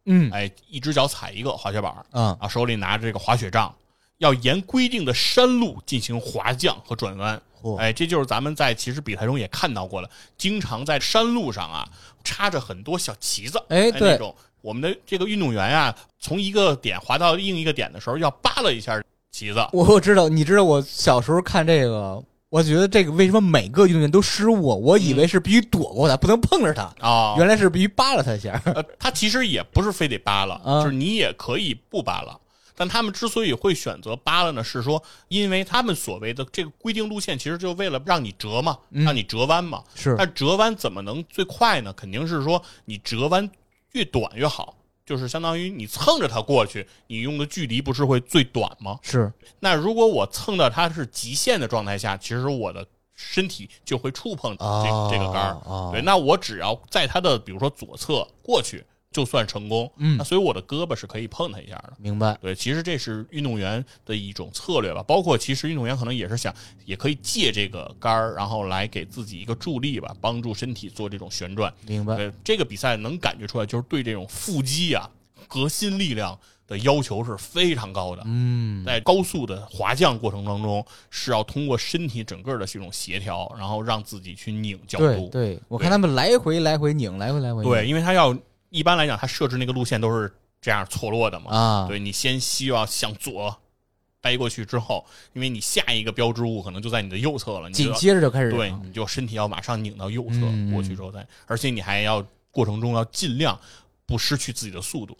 [SPEAKER 2] 嗯
[SPEAKER 1] 哎，一只脚踩一个滑雪板，
[SPEAKER 2] 啊，
[SPEAKER 1] 啊，手里拿着这个滑雪杖，要沿规定的山路进行滑降和转弯。
[SPEAKER 2] 嚯
[SPEAKER 1] 哎，这就是咱们在其实比赛中也看到过了，经常在山路上啊插着很多小旗子，
[SPEAKER 2] 哎对
[SPEAKER 1] 那种我们的这个运动员啊，从一个点滑到另一个点的时候，要扒拉一下旗子，
[SPEAKER 2] 我我知道，你知道我小时候看这个。我觉得这个为什么每个运动员都失误啊？我以为是必须躲过他，不能碰着他，
[SPEAKER 1] 啊，
[SPEAKER 2] 原来是必须扒拉他一下。
[SPEAKER 1] 呃，他其实也不是非得扒拉，
[SPEAKER 2] 啊
[SPEAKER 1] 就是你也可以不扒拉。但他们之所以会选择扒拉呢，是说因为他们所谓的这个规定路线，其实就为了让你折嘛，让你折弯嘛。
[SPEAKER 2] 是
[SPEAKER 1] 但折弯怎么能最快呢？肯定是说你折弯越短越好，就是相当于你蹭着它过去，你用的距离不是会最短吗？
[SPEAKER 2] 是，
[SPEAKER 1] 那如果我蹭到它是极限的状态下，其实我的身体就会触碰这、
[SPEAKER 2] 哦
[SPEAKER 1] 这个杆儿。
[SPEAKER 2] 哦
[SPEAKER 1] 对，那我只要在它的比如说左侧过去，就算成功。
[SPEAKER 2] 嗯
[SPEAKER 1] 那所以我的胳膊是可以碰它一下的。
[SPEAKER 2] 明白。
[SPEAKER 1] 对，其实这是运动员的一种策略吧，包括其实运动员可能也是想，也可以借这个杆儿，然后来给自己一个助力吧，帮助身体做这种旋转。
[SPEAKER 2] 明白，
[SPEAKER 1] 对，这个比赛能感觉出来，就是对这种腹肌啊、核心力量的要求是非常高的。
[SPEAKER 2] 嗯，
[SPEAKER 1] 在高速的滑降过程当中，是要通过身体整个的这种协调，然后让自己去拧角
[SPEAKER 2] 对
[SPEAKER 1] 度。
[SPEAKER 2] 对，我
[SPEAKER 1] 对
[SPEAKER 2] 看他们来回来回拧，来回来回拧
[SPEAKER 1] 对因为它要一般来讲，它设置那个路线都是这样错落的嘛。
[SPEAKER 2] 啊，
[SPEAKER 1] 对你先需要向左掰过去之后，因为你下一个标志物可能就在你的右侧了，你就
[SPEAKER 2] 紧
[SPEAKER 1] 要
[SPEAKER 2] 接着就开始
[SPEAKER 1] 对
[SPEAKER 2] 了
[SPEAKER 1] 你就身体要马上拧到右侧、
[SPEAKER 2] 嗯
[SPEAKER 1] 过去之后再，而且你还要过程中要尽量不失去自己的速度，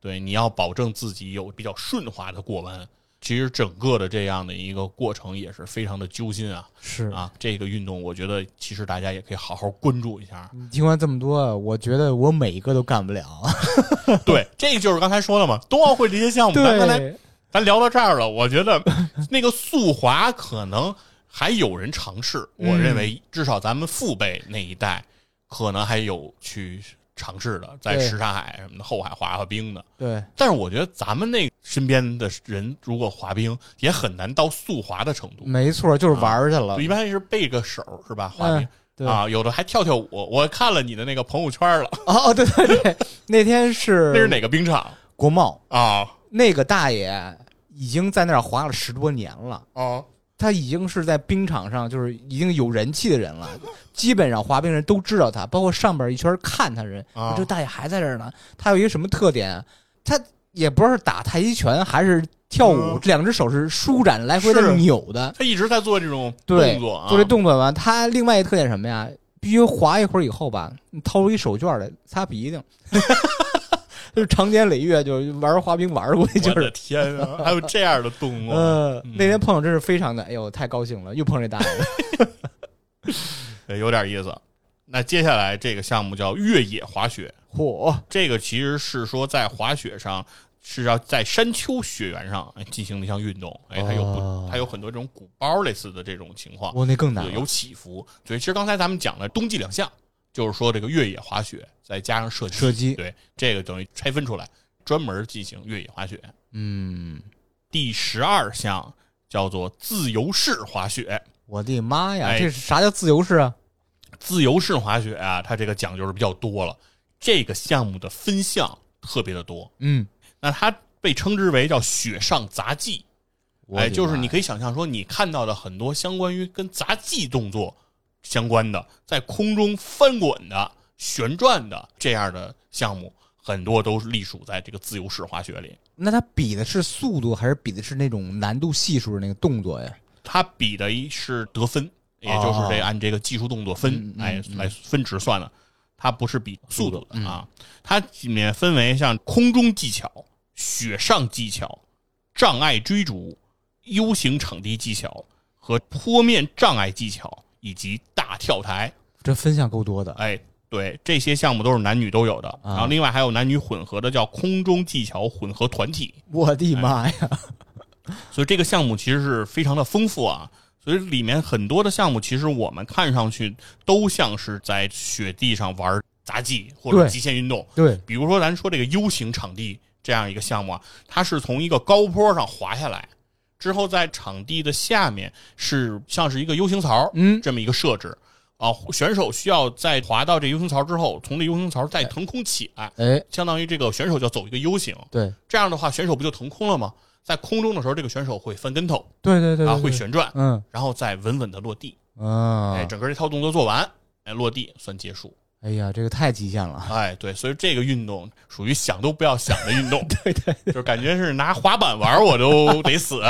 [SPEAKER 1] 对，你要保证自己有比较顺滑的过弯。其实整个的这样的一个过程也是非常的揪心啊
[SPEAKER 2] 是。
[SPEAKER 1] 啊！这个运动我觉得其实大家也可以好好关注一下。
[SPEAKER 2] 你听完这么多，我觉得我每一个都干不了。
[SPEAKER 1] 对，这个就是刚才说的嘛，冬奥会这些项目，咱刚才咱聊到这儿了，我觉得那个速滑可能还有人尝试，
[SPEAKER 2] 嗯
[SPEAKER 1] 我认为至少咱们父辈那一代可能还有去尝试的，在
[SPEAKER 2] 对
[SPEAKER 1] 什刹海什么的后海滑滑冰的。
[SPEAKER 2] 对，
[SPEAKER 1] 但是我觉得咱们那身边的人如果滑冰也很难到速滑的程度，
[SPEAKER 2] 没错，就是玩儿去了
[SPEAKER 1] 就。一般是背个手是吧？滑冰
[SPEAKER 2] 嗯、对
[SPEAKER 1] 啊，有的还跳跳舞。我看了你的那个朋友圈了，
[SPEAKER 2] 哦，对对对，那天 是
[SPEAKER 1] 那是哪个冰场
[SPEAKER 2] 国贸
[SPEAKER 1] 啊？
[SPEAKER 2] 那个大爷已经在那儿滑了十多年了。
[SPEAKER 1] 哦，
[SPEAKER 2] 他已经是在冰场上，就是已经有人气的人了，基本上滑冰人都知道他，包括上边一圈看他人，
[SPEAKER 1] 啊
[SPEAKER 2] 这大爷还在这儿呢。他有一个什么特点？啊他也不知道是打太极拳还是跳舞，
[SPEAKER 1] 嗯
[SPEAKER 2] 这两只手是舒展来回的
[SPEAKER 1] 是
[SPEAKER 2] 扭的，
[SPEAKER 1] 他一直在做这种
[SPEAKER 2] 对
[SPEAKER 1] 动作啊，
[SPEAKER 2] 做这动作完。他另外一个特点是什么呀？必须滑一会儿以后吧，你掏出一手绢来擦鼻涕。 就是长年累月就玩滑冰玩过去， 就
[SPEAKER 1] 我的
[SPEAKER 2] 是，
[SPEAKER 1] 天啊，还有这样的动 作。
[SPEAKER 2] 呃，
[SPEAKER 1] 嗯
[SPEAKER 2] 那天碰上真是非常的，哎呦，太高兴了，又碰上这大 爷了。
[SPEAKER 1] 对，哎有点意思。那接下来这个项目叫越野滑雪，
[SPEAKER 2] 嚯，
[SPEAKER 1] 这个其实是说在滑雪上是要在山丘雪原上哎进行了一项运动，哎，它有
[SPEAKER 2] 哦
[SPEAKER 1] 不，它有很多这种鼓包类似的这种情况，
[SPEAKER 2] 哇，那更难了
[SPEAKER 1] 有起伏。所以其实刚才咱们讲了冬季两项，就是说这个越野滑雪再加上射击，
[SPEAKER 2] 射击
[SPEAKER 1] 对这个等于拆分出来，专门进行越野滑雪。
[SPEAKER 2] 嗯，
[SPEAKER 1] 第十二项叫做自由式滑雪。
[SPEAKER 2] 我的妈呀，
[SPEAKER 1] 哎
[SPEAKER 2] 这是啥叫自由式啊？
[SPEAKER 1] 自由式滑雪啊，它这个讲究是比较多了，这个项目的分项特别的多。
[SPEAKER 2] 嗯，
[SPEAKER 1] 那它被称之为叫雪上杂技，
[SPEAKER 2] 我
[SPEAKER 1] 哎，
[SPEAKER 2] 的
[SPEAKER 1] 就是
[SPEAKER 2] 妈
[SPEAKER 1] 你
[SPEAKER 2] 呀
[SPEAKER 1] 可以想象说，你看到的很多相关于跟杂技动作相关的，在空中翻滚的、旋转的这样的项目，很多都是隶属在这个自由式滑雪里。
[SPEAKER 2] 那他比的是速度，还是比的是那种难度系数的那个动作呀？
[SPEAKER 1] 它比的一是得分，也就是这按这个技术动作分，
[SPEAKER 2] 哦嗯嗯
[SPEAKER 1] 哎来分值算的。它不是比速度的啊，它里面分为像空中技巧、雪上技巧、障碍追逐、U 型场地技巧和坡面障碍技巧以及大跳台。
[SPEAKER 2] 这分项够多的，
[SPEAKER 1] 哎，对，这些项目都是男女都有的。
[SPEAKER 2] 啊
[SPEAKER 1] 然后另外还有男女混合的，叫空中技巧混合团体。
[SPEAKER 2] 我的妈呀！
[SPEAKER 1] 所以这个项目其实是非常的丰富啊。所以里面很多的项目，其实我们看上去都像是在雪地上玩杂技或者
[SPEAKER 2] 对
[SPEAKER 1] 极限运动。
[SPEAKER 2] 对，
[SPEAKER 1] 比如说，咱说这个 U 型场地这样一个项目啊，它是从一个高坡上滑下来，之后在场地的下面是像是一个 U 型槽，
[SPEAKER 2] 嗯
[SPEAKER 1] 这么一个设置啊。选手需要在滑到这 U 型槽之后，从这 U 型槽再腾空起来，
[SPEAKER 2] 哎，
[SPEAKER 1] 相当于这个选手就要走一个 U 型。
[SPEAKER 2] 对，
[SPEAKER 1] 这样的话，选手不就腾空了吗？在空中的时候，这个选手会翻跟头
[SPEAKER 2] 对对对
[SPEAKER 1] 啊，
[SPEAKER 2] 对
[SPEAKER 1] 会
[SPEAKER 2] 对
[SPEAKER 1] 旋转，
[SPEAKER 2] 嗯
[SPEAKER 1] 然后再稳稳的落地。哎，
[SPEAKER 2] 啊，
[SPEAKER 1] 整个这套动作做完，哎，落地算结束。
[SPEAKER 2] 哎呀，这个太极 限了，
[SPEAKER 1] 哎，对，所以这个运动属于想都不要想的运动， 对对就是感觉是拿滑板玩儿我都得 死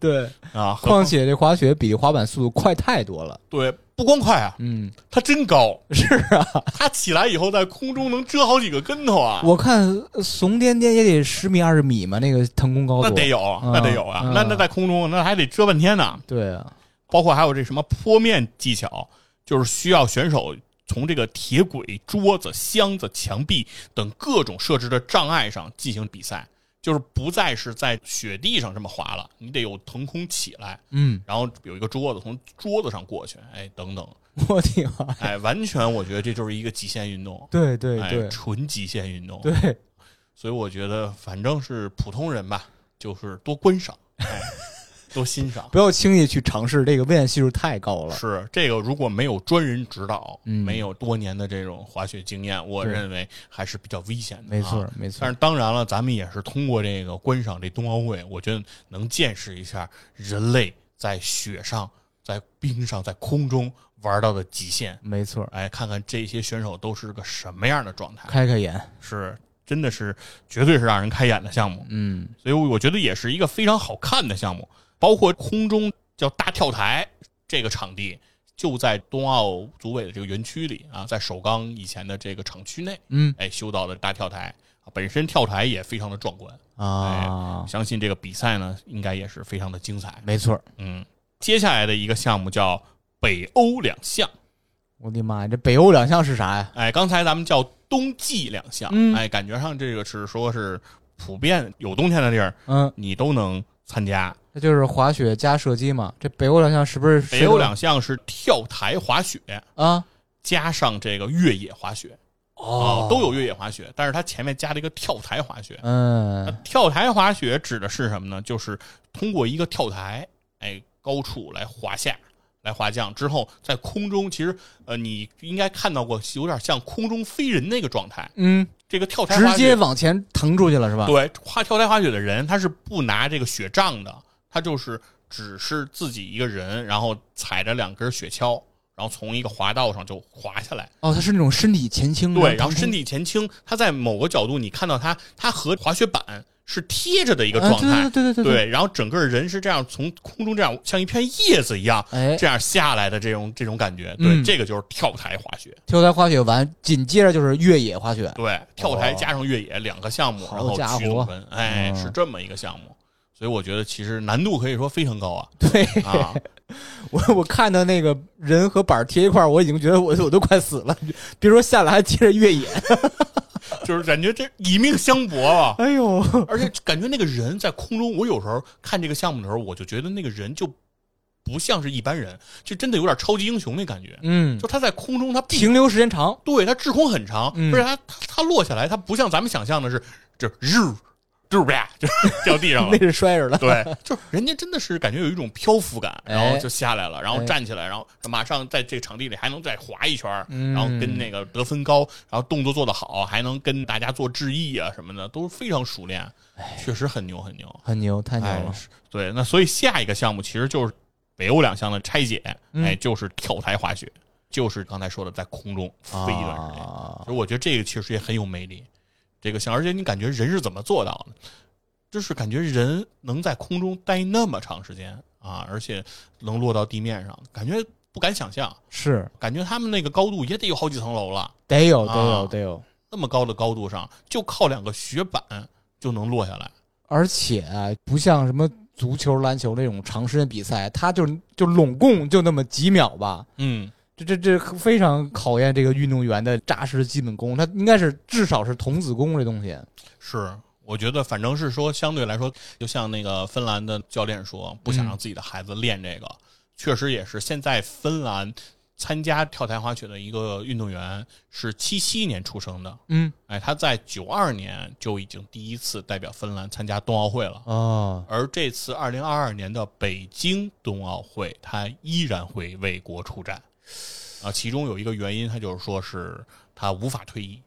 [SPEAKER 2] 对。
[SPEAKER 1] 啊！何
[SPEAKER 2] 况且这滑雪比滑板速度快太多了，
[SPEAKER 1] 对，不光快啊，
[SPEAKER 2] 嗯，
[SPEAKER 1] 它真高，
[SPEAKER 2] 是啊，
[SPEAKER 1] 它起来以后在空中能遮好几个跟头啊！
[SPEAKER 2] 我看呃怂颠颠也得十米二十米嘛，那个腾空高度，
[SPEAKER 1] 那得有，那得有啊！
[SPEAKER 2] 嗯
[SPEAKER 1] 那那在空中，那还得遮半天呢。
[SPEAKER 2] 对啊，
[SPEAKER 1] 包括还有这什么坡面技巧，就是需要选手从这个铁轨、桌子、箱子、墙壁等各种设置的障碍上进行比赛，就是不再是在雪地上这么滑了，你得有腾空起来，
[SPEAKER 2] 嗯，
[SPEAKER 1] 然后有一个桌子从桌子上过去，哎，等等，
[SPEAKER 2] 我的妈呀，
[SPEAKER 1] 哎，完全我觉得这就是一个极限运动，
[SPEAKER 2] 对对
[SPEAKER 1] 哎，
[SPEAKER 2] 对
[SPEAKER 1] 纯极限运动，
[SPEAKER 2] 对，
[SPEAKER 1] 所以我觉得反正是普通人吧，就是多观赏， 哎、多欣赏。
[SPEAKER 2] 不要轻易去尝试，这个危险系数太高了，
[SPEAKER 1] 是这个，如果没有专人指导，
[SPEAKER 2] 嗯
[SPEAKER 1] 没有多年的这种滑雪经验，我
[SPEAKER 2] 对
[SPEAKER 1] 认为还是比较危险的、啊。
[SPEAKER 2] 没错。没错
[SPEAKER 1] 但，是当然了，咱们也是通过这个观赏这冬奥会，我觉得能见识一下人类在雪上、在冰上、在空中玩到的极限。
[SPEAKER 2] 没错，
[SPEAKER 1] 哎，看看这些选手都是个什么样的状态，
[SPEAKER 2] 开开眼，
[SPEAKER 1] 是真的是绝对是让人开眼的项目。
[SPEAKER 2] 嗯，
[SPEAKER 1] 所以我觉得也是一个非常好看的项目，包括空中叫大跳台这个场地。就在冬奥组委的这个园区里啊，在首钢以前的这个厂区内，
[SPEAKER 2] 嗯
[SPEAKER 1] 哎，修到的大跳台，啊本身跳台也非常的壮观，哎
[SPEAKER 2] 啊，
[SPEAKER 1] 相信这个比赛呢，应该也是非常的精彩。
[SPEAKER 2] 没错，
[SPEAKER 1] 嗯，接下来的一个项目叫北欧两项，
[SPEAKER 2] 我的妈呀，这北欧两项是啥呀？
[SPEAKER 1] 哎，刚才咱们叫冬季两项，
[SPEAKER 2] 嗯
[SPEAKER 1] 哎，感觉上这个是说是普遍有冬天的地儿，
[SPEAKER 2] 嗯，
[SPEAKER 1] 你都能参加，
[SPEAKER 2] 那就是滑雪加射击嘛。这北欧两项是不是谁
[SPEAKER 1] 北
[SPEAKER 2] 都
[SPEAKER 1] 欧两项是跳台滑雪
[SPEAKER 2] 啊？
[SPEAKER 1] 加上这个越野滑雪啊、
[SPEAKER 2] 哦
[SPEAKER 1] 都有。越野滑雪，但是它前面加了一个跳台滑雪。那
[SPEAKER 2] 嗯，
[SPEAKER 1] 跳台滑雪指的是什么呢？就是通过一个跳台，哎，高处来滑下，来滑降之后，在空中，其实呃，你应该看到过，有点像空中飞人那个状态。
[SPEAKER 2] 嗯，
[SPEAKER 1] 这个跳台滑
[SPEAKER 2] 直
[SPEAKER 1] 雪
[SPEAKER 2] 接往前腾出去了是吧？
[SPEAKER 1] 对，滑跳台滑雪的人，他是不拿这个雪杖的，他就是只是自己一个人，然后踩着两根雪橇，然后从一个滑道上就滑下来。
[SPEAKER 2] 哦，它是那种身体前倾，
[SPEAKER 1] 对，然后身
[SPEAKER 2] 体
[SPEAKER 1] 体前倾，他在某个角度你看到他，他和滑雪板是贴着的一
[SPEAKER 2] 一
[SPEAKER 1] 个状态。
[SPEAKER 2] 啊对对对对对。
[SPEAKER 1] 对，然后整个人是这样从空中这样像一片叶子一样
[SPEAKER 2] 哎，
[SPEAKER 1] 这样下来的这种这种感觉，对，
[SPEAKER 2] 嗯
[SPEAKER 1] 这个就是跳台滑雪，
[SPEAKER 2] 跳台滑雪完，紧接着就是越野滑雪。
[SPEAKER 1] 对，跳台
[SPEAKER 2] 哦
[SPEAKER 1] 加上越野两个项目，
[SPEAKER 2] 好
[SPEAKER 1] 然后
[SPEAKER 2] 家
[SPEAKER 1] 驱
[SPEAKER 2] 伙
[SPEAKER 1] 动分，哎，
[SPEAKER 2] 嗯
[SPEAKER 1] 是这么一个项目，所以我觉得其实难度可以说非常高啊
[SPEAKER 2] 对
[SPEAKER 1] 啊，
[SPEAKER 2] 我 我看到那个人和板儿贴一块儿，我已经觉得我我都快死了，别说下来还接着越野。
[SPEAKER 1] 就是感觉这以命相搏啊。
[SPEAKER 2] 哎呦，
[SPEAKER 1] 而且感觉那个人在空中，我有时候看这个项目的时候，我就觉得那个人就不像是一般人，就真的有点超级英雄那感觉。
[SPEAKER 2] 嗯，
[SPEAKER 1] 就他在空中，他必
[SPEAKER 2] 停留时间长，
[SPEAKER 1] 对他滞空很长，
[SPEAKER 2] 嗯
[SPEAKER 1] 而且他他他落下来，他不像咱们想象的是就日日吧，就是掉地上了
[SPEAKER 2] 那。是摔着了。
[SPEAKER 1] 对， 就是人家真的是感觉有一种漂浮感，
[SPEAKER 2] 哎
[SPEAKER 1] 然后就下来了，然后
[SPEAKER 2] 哎
[SPEAKER 1] 站起来，然后马上在这个场地里还能再滑一圈儿，
[SPEAKER 2] 嗯
[SPEAKER 1] 然后跟那个得分高，然后动作做得好，还能跟大家做致意啊什么的，都非常熟练，确实很牛很牛。
[SPEAKER 2] 很牛，哎太牛
[SPEAKER 1] 哎
[SPEAKER 2] 了！，
[SPEAKER 1] 是对，那所以下一个项目其实就是北欧两项的拆解，
[SPEAKER 2] 嗯
[SPEAKER 1] 哎，就是跳台滑雪，就是刚才说的在空中飞一段时间。
[SPEAKER 2] 啊
[SPEAKER 1] 其实我觉得这个其实也很有魅力，这个项，而且你感觉人是怎么做到的？就是感觉人能在空中待那么长时间啊，而且能落到地面上，感觉不敢想象，
[SPEAKER 2] 是
[SPEAKER 1] 感觉他们那个高度也得有好几层楼了，
[SPEAKER 2] 得有得有
[SPEAKER 1] 啊
[SPEAKER 2] 得有，
[SPEAKER 1] 那么高的高度上就靠两个雪板就能落下来。
[SPEAKER 2] 而且啊不像什么足球、篮球那种长时间比赛，它就就拢共就那么几秒吧。
[SPEAKER 1] 嗯，
[SPEAKER 2] 这这这非常考验这个运动员的扎实的基本功，他应该是至少是童子功这东西。
[SPEAKER 1] 是，我觉得反正是说，相对来说，就像那个芬兰的教练说，不想让自己的孩子练这个，确实也是。现在芬兰参加跳台滑雪的一个运动员是七七年出生的，
[SPEAKER 2] 嗯
[SPEAKER 1] 哎，他在九二年就已经第一次代表芬兰参加冬奥会了。
[SPEAKER 2] 哦，
[SPEAKER 1] 而这次二零二二年的北京冬奥会，他依然会为国出战，啊，其中有一个原因，他就是说是他无法退役，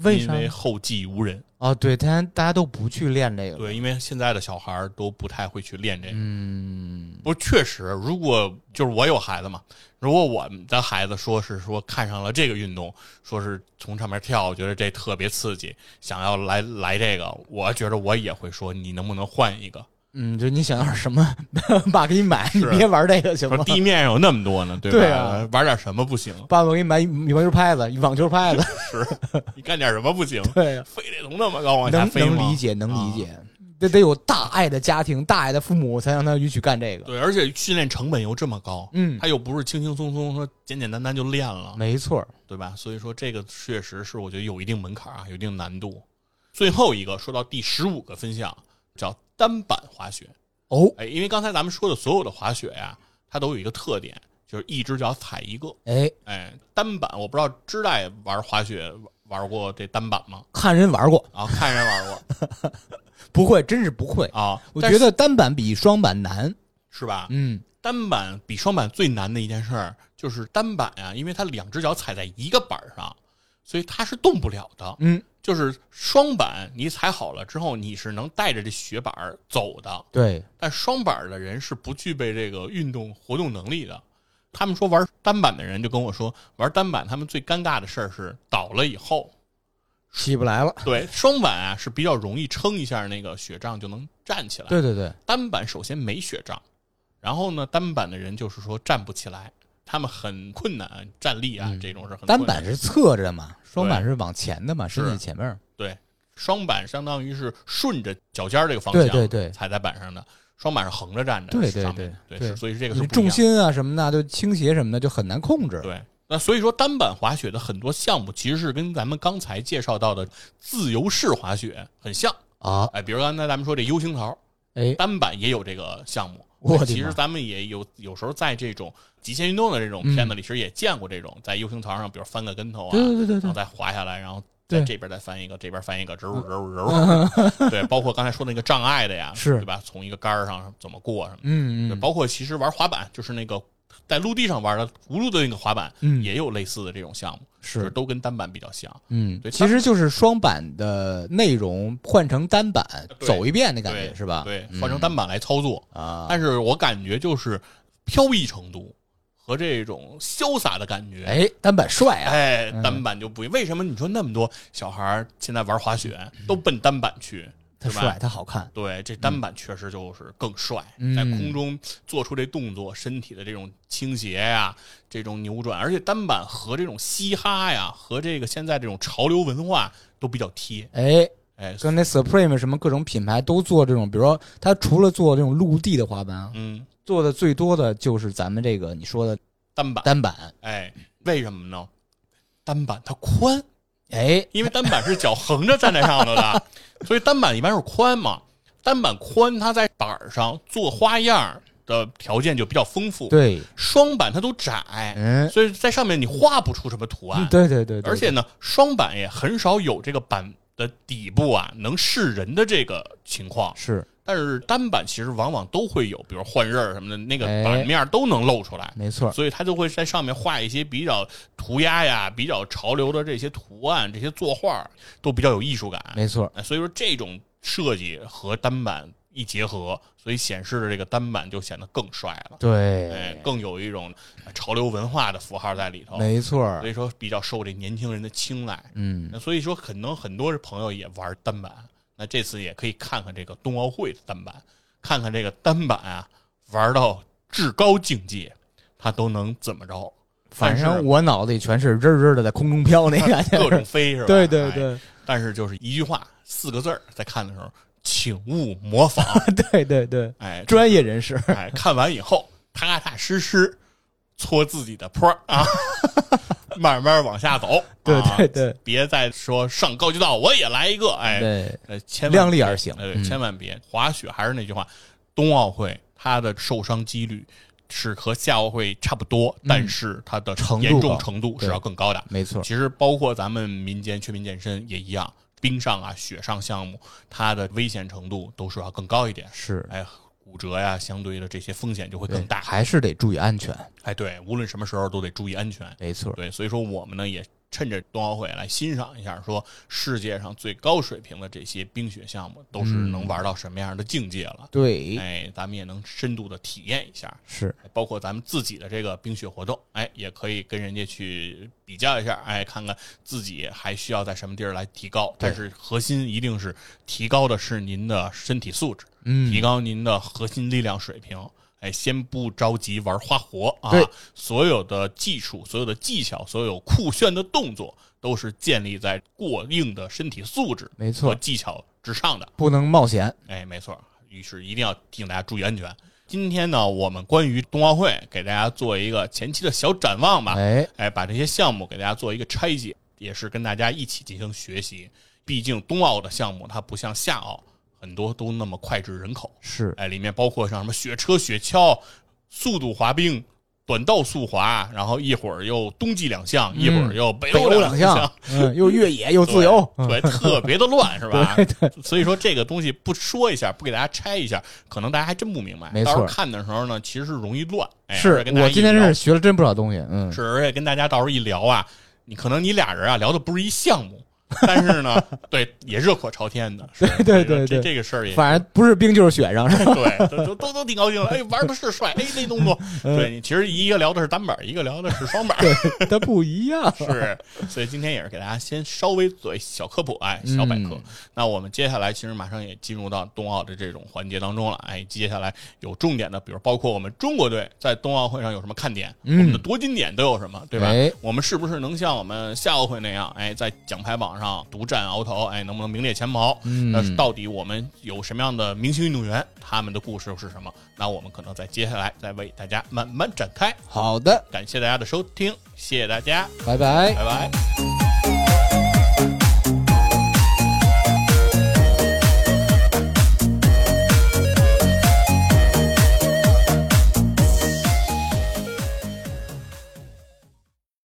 [SPEAKER 2] 为
[SPEAKER 1] 因
[SPEAKER 2] 啥
[SPEAKER 1] 为后继无人。
[SPEAKER 2] 啊？对，大家大家都不去练这个了。
[SPEAKER 1] 对，因为现在的小孩儿都不太会去练这个。
[SPEAKER 2] 嗯，
[SPEAKER 1] 不过确实，如果就是我有孩子嘛，如果我们的孩子说是说看上了这个运动，说是从上面跳，觉得这特别刺激，想要来来这个，我觉得我也会说，你能不能换一个？
[SPEAKER 2] 嗯，就你想要什么， 爸给你买，你
[SPEAKER 1] 是
[SPEAKER 2] 别玩这个行
[SPEAKER 1] 说
[SPEAKER 2] 吗？
[SPEAKER 1] 地面上有那么多呢，对吧？
[SPEAKER 2] 对啊
[SPEAKER 1] 玩点什么不行？
[SPEAKER 2] 爸爸我给你买羽毛球拍子、网球 拍子。
[SPEAKER 1] 是你干点什么不行？
[SPEAKER 2] 对呀、
[SPEAKER 1] 非得从那么高往下
[SPEAKER 2] 能
[SPEAKER 1] 飞吗？啊
[SPEAKER 2] 能理解，能理解，得得有大爱的家庭、大爱的父母才让他允许干这个。
[SPEAKER 1] 对，而且训练成本又这么高，
[SPEAKER 2] 嗯
[SPEAKER 1] 他又不是轻轻松松说简简单单就练了，
[SPEAKER 2] 没错儿，
[SPEAKER 1] 对吧？所以说这个确实是我觉得有一定门槛啊，有一定难度。最后一个说到第十五个分项叫单板滑雪，
[SPEAKER 2] 哦，
[SPEAKER 1] 哎，因为刚才咱们说的所有的滑雪呀、它都有一个特点，就是一只脚踩一个。
[SPEAKER 2] 哎，
[SPEAKER 1] 哎，单板我不知道知代玩滑雪玩过这单板吗？
[SPEAKER 2] 看人玩过，
[SPEAKER 1] 啊，看人玩过
[SPEAKER 2] 不会，真是不会。
[SPEAKER 1] 啊，
[SPEAKER 2] 我
[SPEAKER 1] 但
[SPEAKER 2] 觉
[SPEAKER 1] 是
[SPEAKER 2] 得单板比双板难。
[SPEAKER 1] 是吧？
[SPEAKER 2] 嗯，
[SPEAKER 1] 单板比双板最难的一件事儿就是单板啊，因为它两只脚踩在一个板儿上，所以它是动不了的。
[SPEAKER 2] 嗯，
[SPEAKER 1] 就是双板你踩好了之后，你是能带着这雪板儿走的，
[SPEAKER 2] 对，
[SPEAKER 1] 但双板儿的人是不具备这个运动活动能力的。他们说玩单板的人就跟我说，玩单板他们最尴尬的事儿是倒了以后，
[SPEAKER 2] 起不来了。
[SPEAKER 1] 对双板啊是比较容易撑一下那个雪杖就能站起来，
[SPEAKER 2] 对对对，
[SPEAKER 1] 单板首先没雪杖，然后呢，单板的人就是说站不起来，他们很困难站立啊，这种是很困难
[SPEAKER 2] 嗯单板是侧着的嘛，双板是往前的嘛，身体前面儿。
[SPEAKER 1] 对，双板相当于是顺着脚尖儿这个方向，
[SPEAKER 2] 对对对
[SPEAKER 1] 踩在板上的，双板是横着站着，
[SPEAKER 2] 对
[SPEAKER 1] 是
[SPEAKER 2] 对
[SPEAKER 1] 上面对
[SPEAKER 2] 对对
[SPEAKER 1] 是所以这个
[SPEAKER 2] 你
[SPEAKER 1] 是
[SPEAKER 2] 的
[SPEAKER 1] 不一样
[SPEAKER 2] 重心啊什么的，就倾斜什么的就很难控制。
[SPEAKER 1] 对。那所以说，单板滑雪的很多项目其实是跟咱们刚才介绍到的自由式滑雪很像，
[SPEAKER 2] 啊，
[SPEAKER 1] 哎，比如刚才咱们说这 U 型槽，
[SPEAKER 2] 哎，
[SPEAKER 1] 单板也有这个项目。
[SPEAKER 2] 我的
[SPEAKER 1] 对其
[SPEAKER 2] 妈
[SPEAKER 1] 实咱们也有有时候在这种极限运动的这种片子里，其实也见过这种在 U 型槽上，比如翻个跟头啊，
[SPEAKER 2] 嗯对对对
[SPEAKER 1] 然
[SPEAKER 2] 对
[SPEAKER 1] 后
[SPEAKER 2] 对，
[SPEAKER 1] 再滑下来，然后在
[SPEAKER 2] 对嗯
[SPEAKER 1] 这边再翻一个，这边翻一个，揉揉揉。对，包括刚才说那个障碍的呀，
[SPEAKER 2] 是
[SPEAKER 1] 对吧？从一个杆儿上怎么过什么的
[SPEAKER 2] 嗯
[SPEAKER 1] 对，
[SPEAKER 2] 嗯，
[SPEAKER 1] 包括其实玩滑板，就是那个在陆地上玩的轱辘的那个滑板，
[SPEAKER 2] 嗯
[SPEAKER 1] 也有类似的这种项目，就是是都跟单板比较像。
[SPEAKER 2] 嗯，
[SPEAKER 1] 对
[SPEAKER 2] 其实就是双版的内容换成单版
[SPEAKER 1] 啊对
[SPEAKER 2] 走一遍的感觉
[SPEAKER 1] 对，
[SPEAKER 2] 是吧？
[SPEAKER 1] 对，
[SPEAKER 2] 嗯
[SPEAKER 1] 换成单板来操作，
[SPEAKER 2] 啊，
[SPEAKER 1] 但是我感觉就是飘逸程度和这种潇洒的感觉，
[SPEAKER 2] 哎，单板帅啊，
[SPEAKER 1] 哎，单板就不一样。为什么你说那么多小孩儿现在玩滑雪都奔单板去？
[SPEAKER 2] 他
[SPEAKER 1] 是吧
[SPEAKER 2] 帅，他好看，
[SPEAKER 1] 对，这单板确实就是更帅，
[SPEAKER 2] 嗯
[SPEAKER 1] 在空中做出这动作，身体的这种倾斜呀、这种扭转，而且单板和这种嘻哈呀，和这个现在这种潮流文化都比较贴。
[SPEAKER 2] 哎，
[SPEAKER 1] 哎，
[SPEAKER 2] 跟那 Supreme 什么各种品牌都做这种，比如说他除了做这种陆地的滑板，
[SPEAKER 1] 嗯，
[SPEAKER 2] 做的最多的就是咱们这个你说的
[SPEAKER 1] 单板，
[SPEAKER 2] 单板
[SPEAKER 1] 哎，为什么呢？单板它宽，
[SPEAKER 2] 哎，
[SPEAKER 1] 因为单板是脚横着站在上头 的，所以单板一般是宽嘛。单板宽，它在板儿上做花样的条件就比较丰富。，
[SPEAKER 2] 对，
[SPEAKER 1] 双板它都窄，
[SPEAKER 2] 嗯，
[SPEAKER 1] 所以在上面你画不出什么图案。
[SPEAKER 2] 对对对，对
[SPEAKER 1] 而且呢，双板也很少有这个板的底部啊能示人的这个情况。
[SPEAKER 2] 是
[SPEAKER 1] 但是单板其实往往都会有，比如换刃儿什么的，那个
[SPEAKER 2] 哎
[SPEAKER 1] 板面都能露出来。
[SPEAKER 2] 没错，
[SPEAKER 1] 所以他就会在上面画一些比较涂鸦呀、比较潮流的这些图案，这些作画都比较有艺术感。
[SPEAKER 2] 没错，
[SPEAKER 1] 哎所以说这种设计和单板一结合，所以显示的这个单板就显得更帅了，哎
[SPEAKER 2] 对，，
[SPEAKER 1] 更有一种潮流文化的符号在里头。
[SPEAKER 2] 没错，
[SPEAKER 1] 所以说比较受这年轻人的青睐。
[SPEAKER 2] 嗯，
[SPEAKER 1] 那所以说，可能很多朋友也玩单板，那这次也可以看看这个冬奥会的单板，看看这个单板啊玩到至高境界，它都能怎么着？
[SPEAKER 2] 反
[SPEAKER 1] 但是
[SPEAKER 2] 正我脑子里全是扔扔的在空中飘那感 觉，
[SPEAKER 1] 各种飞是吧？
[SPEAKER 2] 对对
[SPEAKER 1] 哎
[SPEAKER 2] 对
[SPEAKER 1] 但是就是一句话，四个字儿，在看的时候，请勿模 仿。
[SPEAKER 2] 对对对，
[SPEAKER 1] 哎，
[SPEAKER 2] 专业人士，
[SPEAKER 1] 哎，看完以后踏踏实实搓自己的坡儿 啊，慢慢往下走。
[SPEAKER 2] 对
[SPEAKER 1] 啊
[SPEAKER 2] 对对
[SPEAKER 1] 别再说上高级道我也来一个，哎，
[SPEAKER 2] 对，
[SPEAKER 1] 呃，千万
[SPEAKER 2] 量力而行
[SPEAKER 1] 呃，
[SPEAKER 2] 嗯
[SPEAKER 1] 千万别滑雪。还是那句话，冬奥会它的受伤几率是和夏奥会差不多，但是它的
[SPEAKER 2] 程度
[SPEAKER 1] 严重
[SPEAKER 2] 高
[SPEAKER 1] 程度是
[SPEAKER 2] 嗯对
[SPEAKER 1] 要更高的。
[SPEAKER 2] 没错，
[SPEAKER 1] 其实包括咱们民间全民健身也一样，冰上啊、雪上项目，它的危险程度都是要更高一点。
[SPEAKER 2] 是
[SPEAKER 1] 哎，骨折呀、相对的这些风险就会
[SPEAKER 2] 对
[SPEAKER 1] 更大。
[SPEAKER 2] 还是得注意安全，
[SPEAKER 1] 哎，对，无论什么时候都得注意安全。
[SPEAKER 2] 没错，
[SPEAKER 1] 对，所以说我们呢也趁着冬奥会来欣赏一下，说世界上最高水平的这些冰雪项目都是能玩到什么样的境界了。
[SPEAKER 2] 对，
[SPEAKER 1] 哎，咱们也能深度的体验一下，
[SPEAKER 2] 是
[SPEAKER 1] 包括咱们自己的这个冰雪活动，哎，也可以跟人家去比较一下，哎，看看自己还需要在什么地儿来提高。但是核心一定是提高的是您的身体素质，
[SPEAKER 2] 嗯
[SPEAKER 1] 提高您的核心力量水平。哎，先不着急玩花活啊
[SPEAKER 2] 对，
[SPEAKER 1] 所有的技术、所有的技巧、所有酷炫的动作，都是建立在过硬的身体素质
[SPEAKER 2] 没
[SPEAKER 1] 和
[SPEAKER 2] 错，
[SPEAKER 1] 技巧之上的。
[SPEAKER 2] 不能冒险，
[SPEAKER 1] 哎，没错，于是一定要提醒大家注意安全。今天呢，我们关于冬奥会给大家做一个前期的小展望吧，
[SPEAKER 2] 哎，
[SPEAKER 1] 哎，把这些项目给大家做一个拆解，也是跟大家一起进行学习。毕竟冬奥的项目它不像夏奥，很多都那么脍炙人口，
[SPEAKER 2] 是
[SPEAKER 1] 哎，里面包括像什么雪车、雪橇、速度滑冰、短道速滑，然后一会儿又冬季两项，一会儿又北
[SPEAKER 2] 嗯北欧
[SPEAKER 1] 两
[SPEAKER 2] 两项，嗯，又越野又自由，嗯
[SPEAKER 1] 对，特别的乱，是 吧？所以说这个东西不说一下，不给大家拆一下，可能大家还真不明白。
[SPEAKER 2] 没
[SPEAKER 1] 到时候
[SPEAKER 2] 错
[SPEAKER 1] 看的时候呢，其实是容易乱。哎、
[SPEAKER 2] 是
[SPEAKER 1] 而且跟大家
[SPEAKER 2] 我
[SPEAKER 1] 一
[SPEAKER 2] 今天真
[SPEAKER 1] 聊
[SPEAKER 2] 是学了真不少东西，嗯，
[SPEAKER 1] 是，而且跟大家到时候一聊啊，你可能你俩人啊聊的不是一项目，但是呢，对，也热火朝天的。是
[SPEAKER 2] 对对
[SPEAKER 1] 所以说这
[SPEAKER 2] 对对
[SPEAKER 1] 这个事儿也
[SPEAKER 2] 反正不是冰就是雪上，是 吧？
[SPEAKER 1] 对，都都都都挺高兴的。哎，玩的是帅，哎，那动作，
[SPEAKER 2] 嗯
[SPEAKER 1] 对你其实一个聊的是单板，一个聊的是双板。
[SPEAKER 2] 对，它不一样，
[SPEAKER 1] 是，所以今天也是给大家先稍微做一小科普，哎，小百科。
[SPEAKER 2] 嗯
[SPEAKER 1] 那我们接下来其实马上也进入到冬奥的这种环节当中了，哎，接下来有重点的，比如包括我们中国队在冬奥会上有什么看点，我们的夺金点都有什么，对吧？
[SPEAKER 2] 嗯哎
[SPEAKER 1] 我们是不是能像我们夏奥会那样，哎，在奖牌榜上独占鳌头，哎，能不能名列前茅？
[SPEAKER 2] 嗯
[SPEAKER 1] 那到底我们有什么样的明星运动员，他们的故事又是什么？那我们可能在接下来再为大家慢慢展开。
[SPEAKER 2] 好的，
[SPEAKER 1] 感谢大家的收听，谢谢大家，
[SPEAKER 2] 拜拜。
[SPEAKER 1] 拜拜。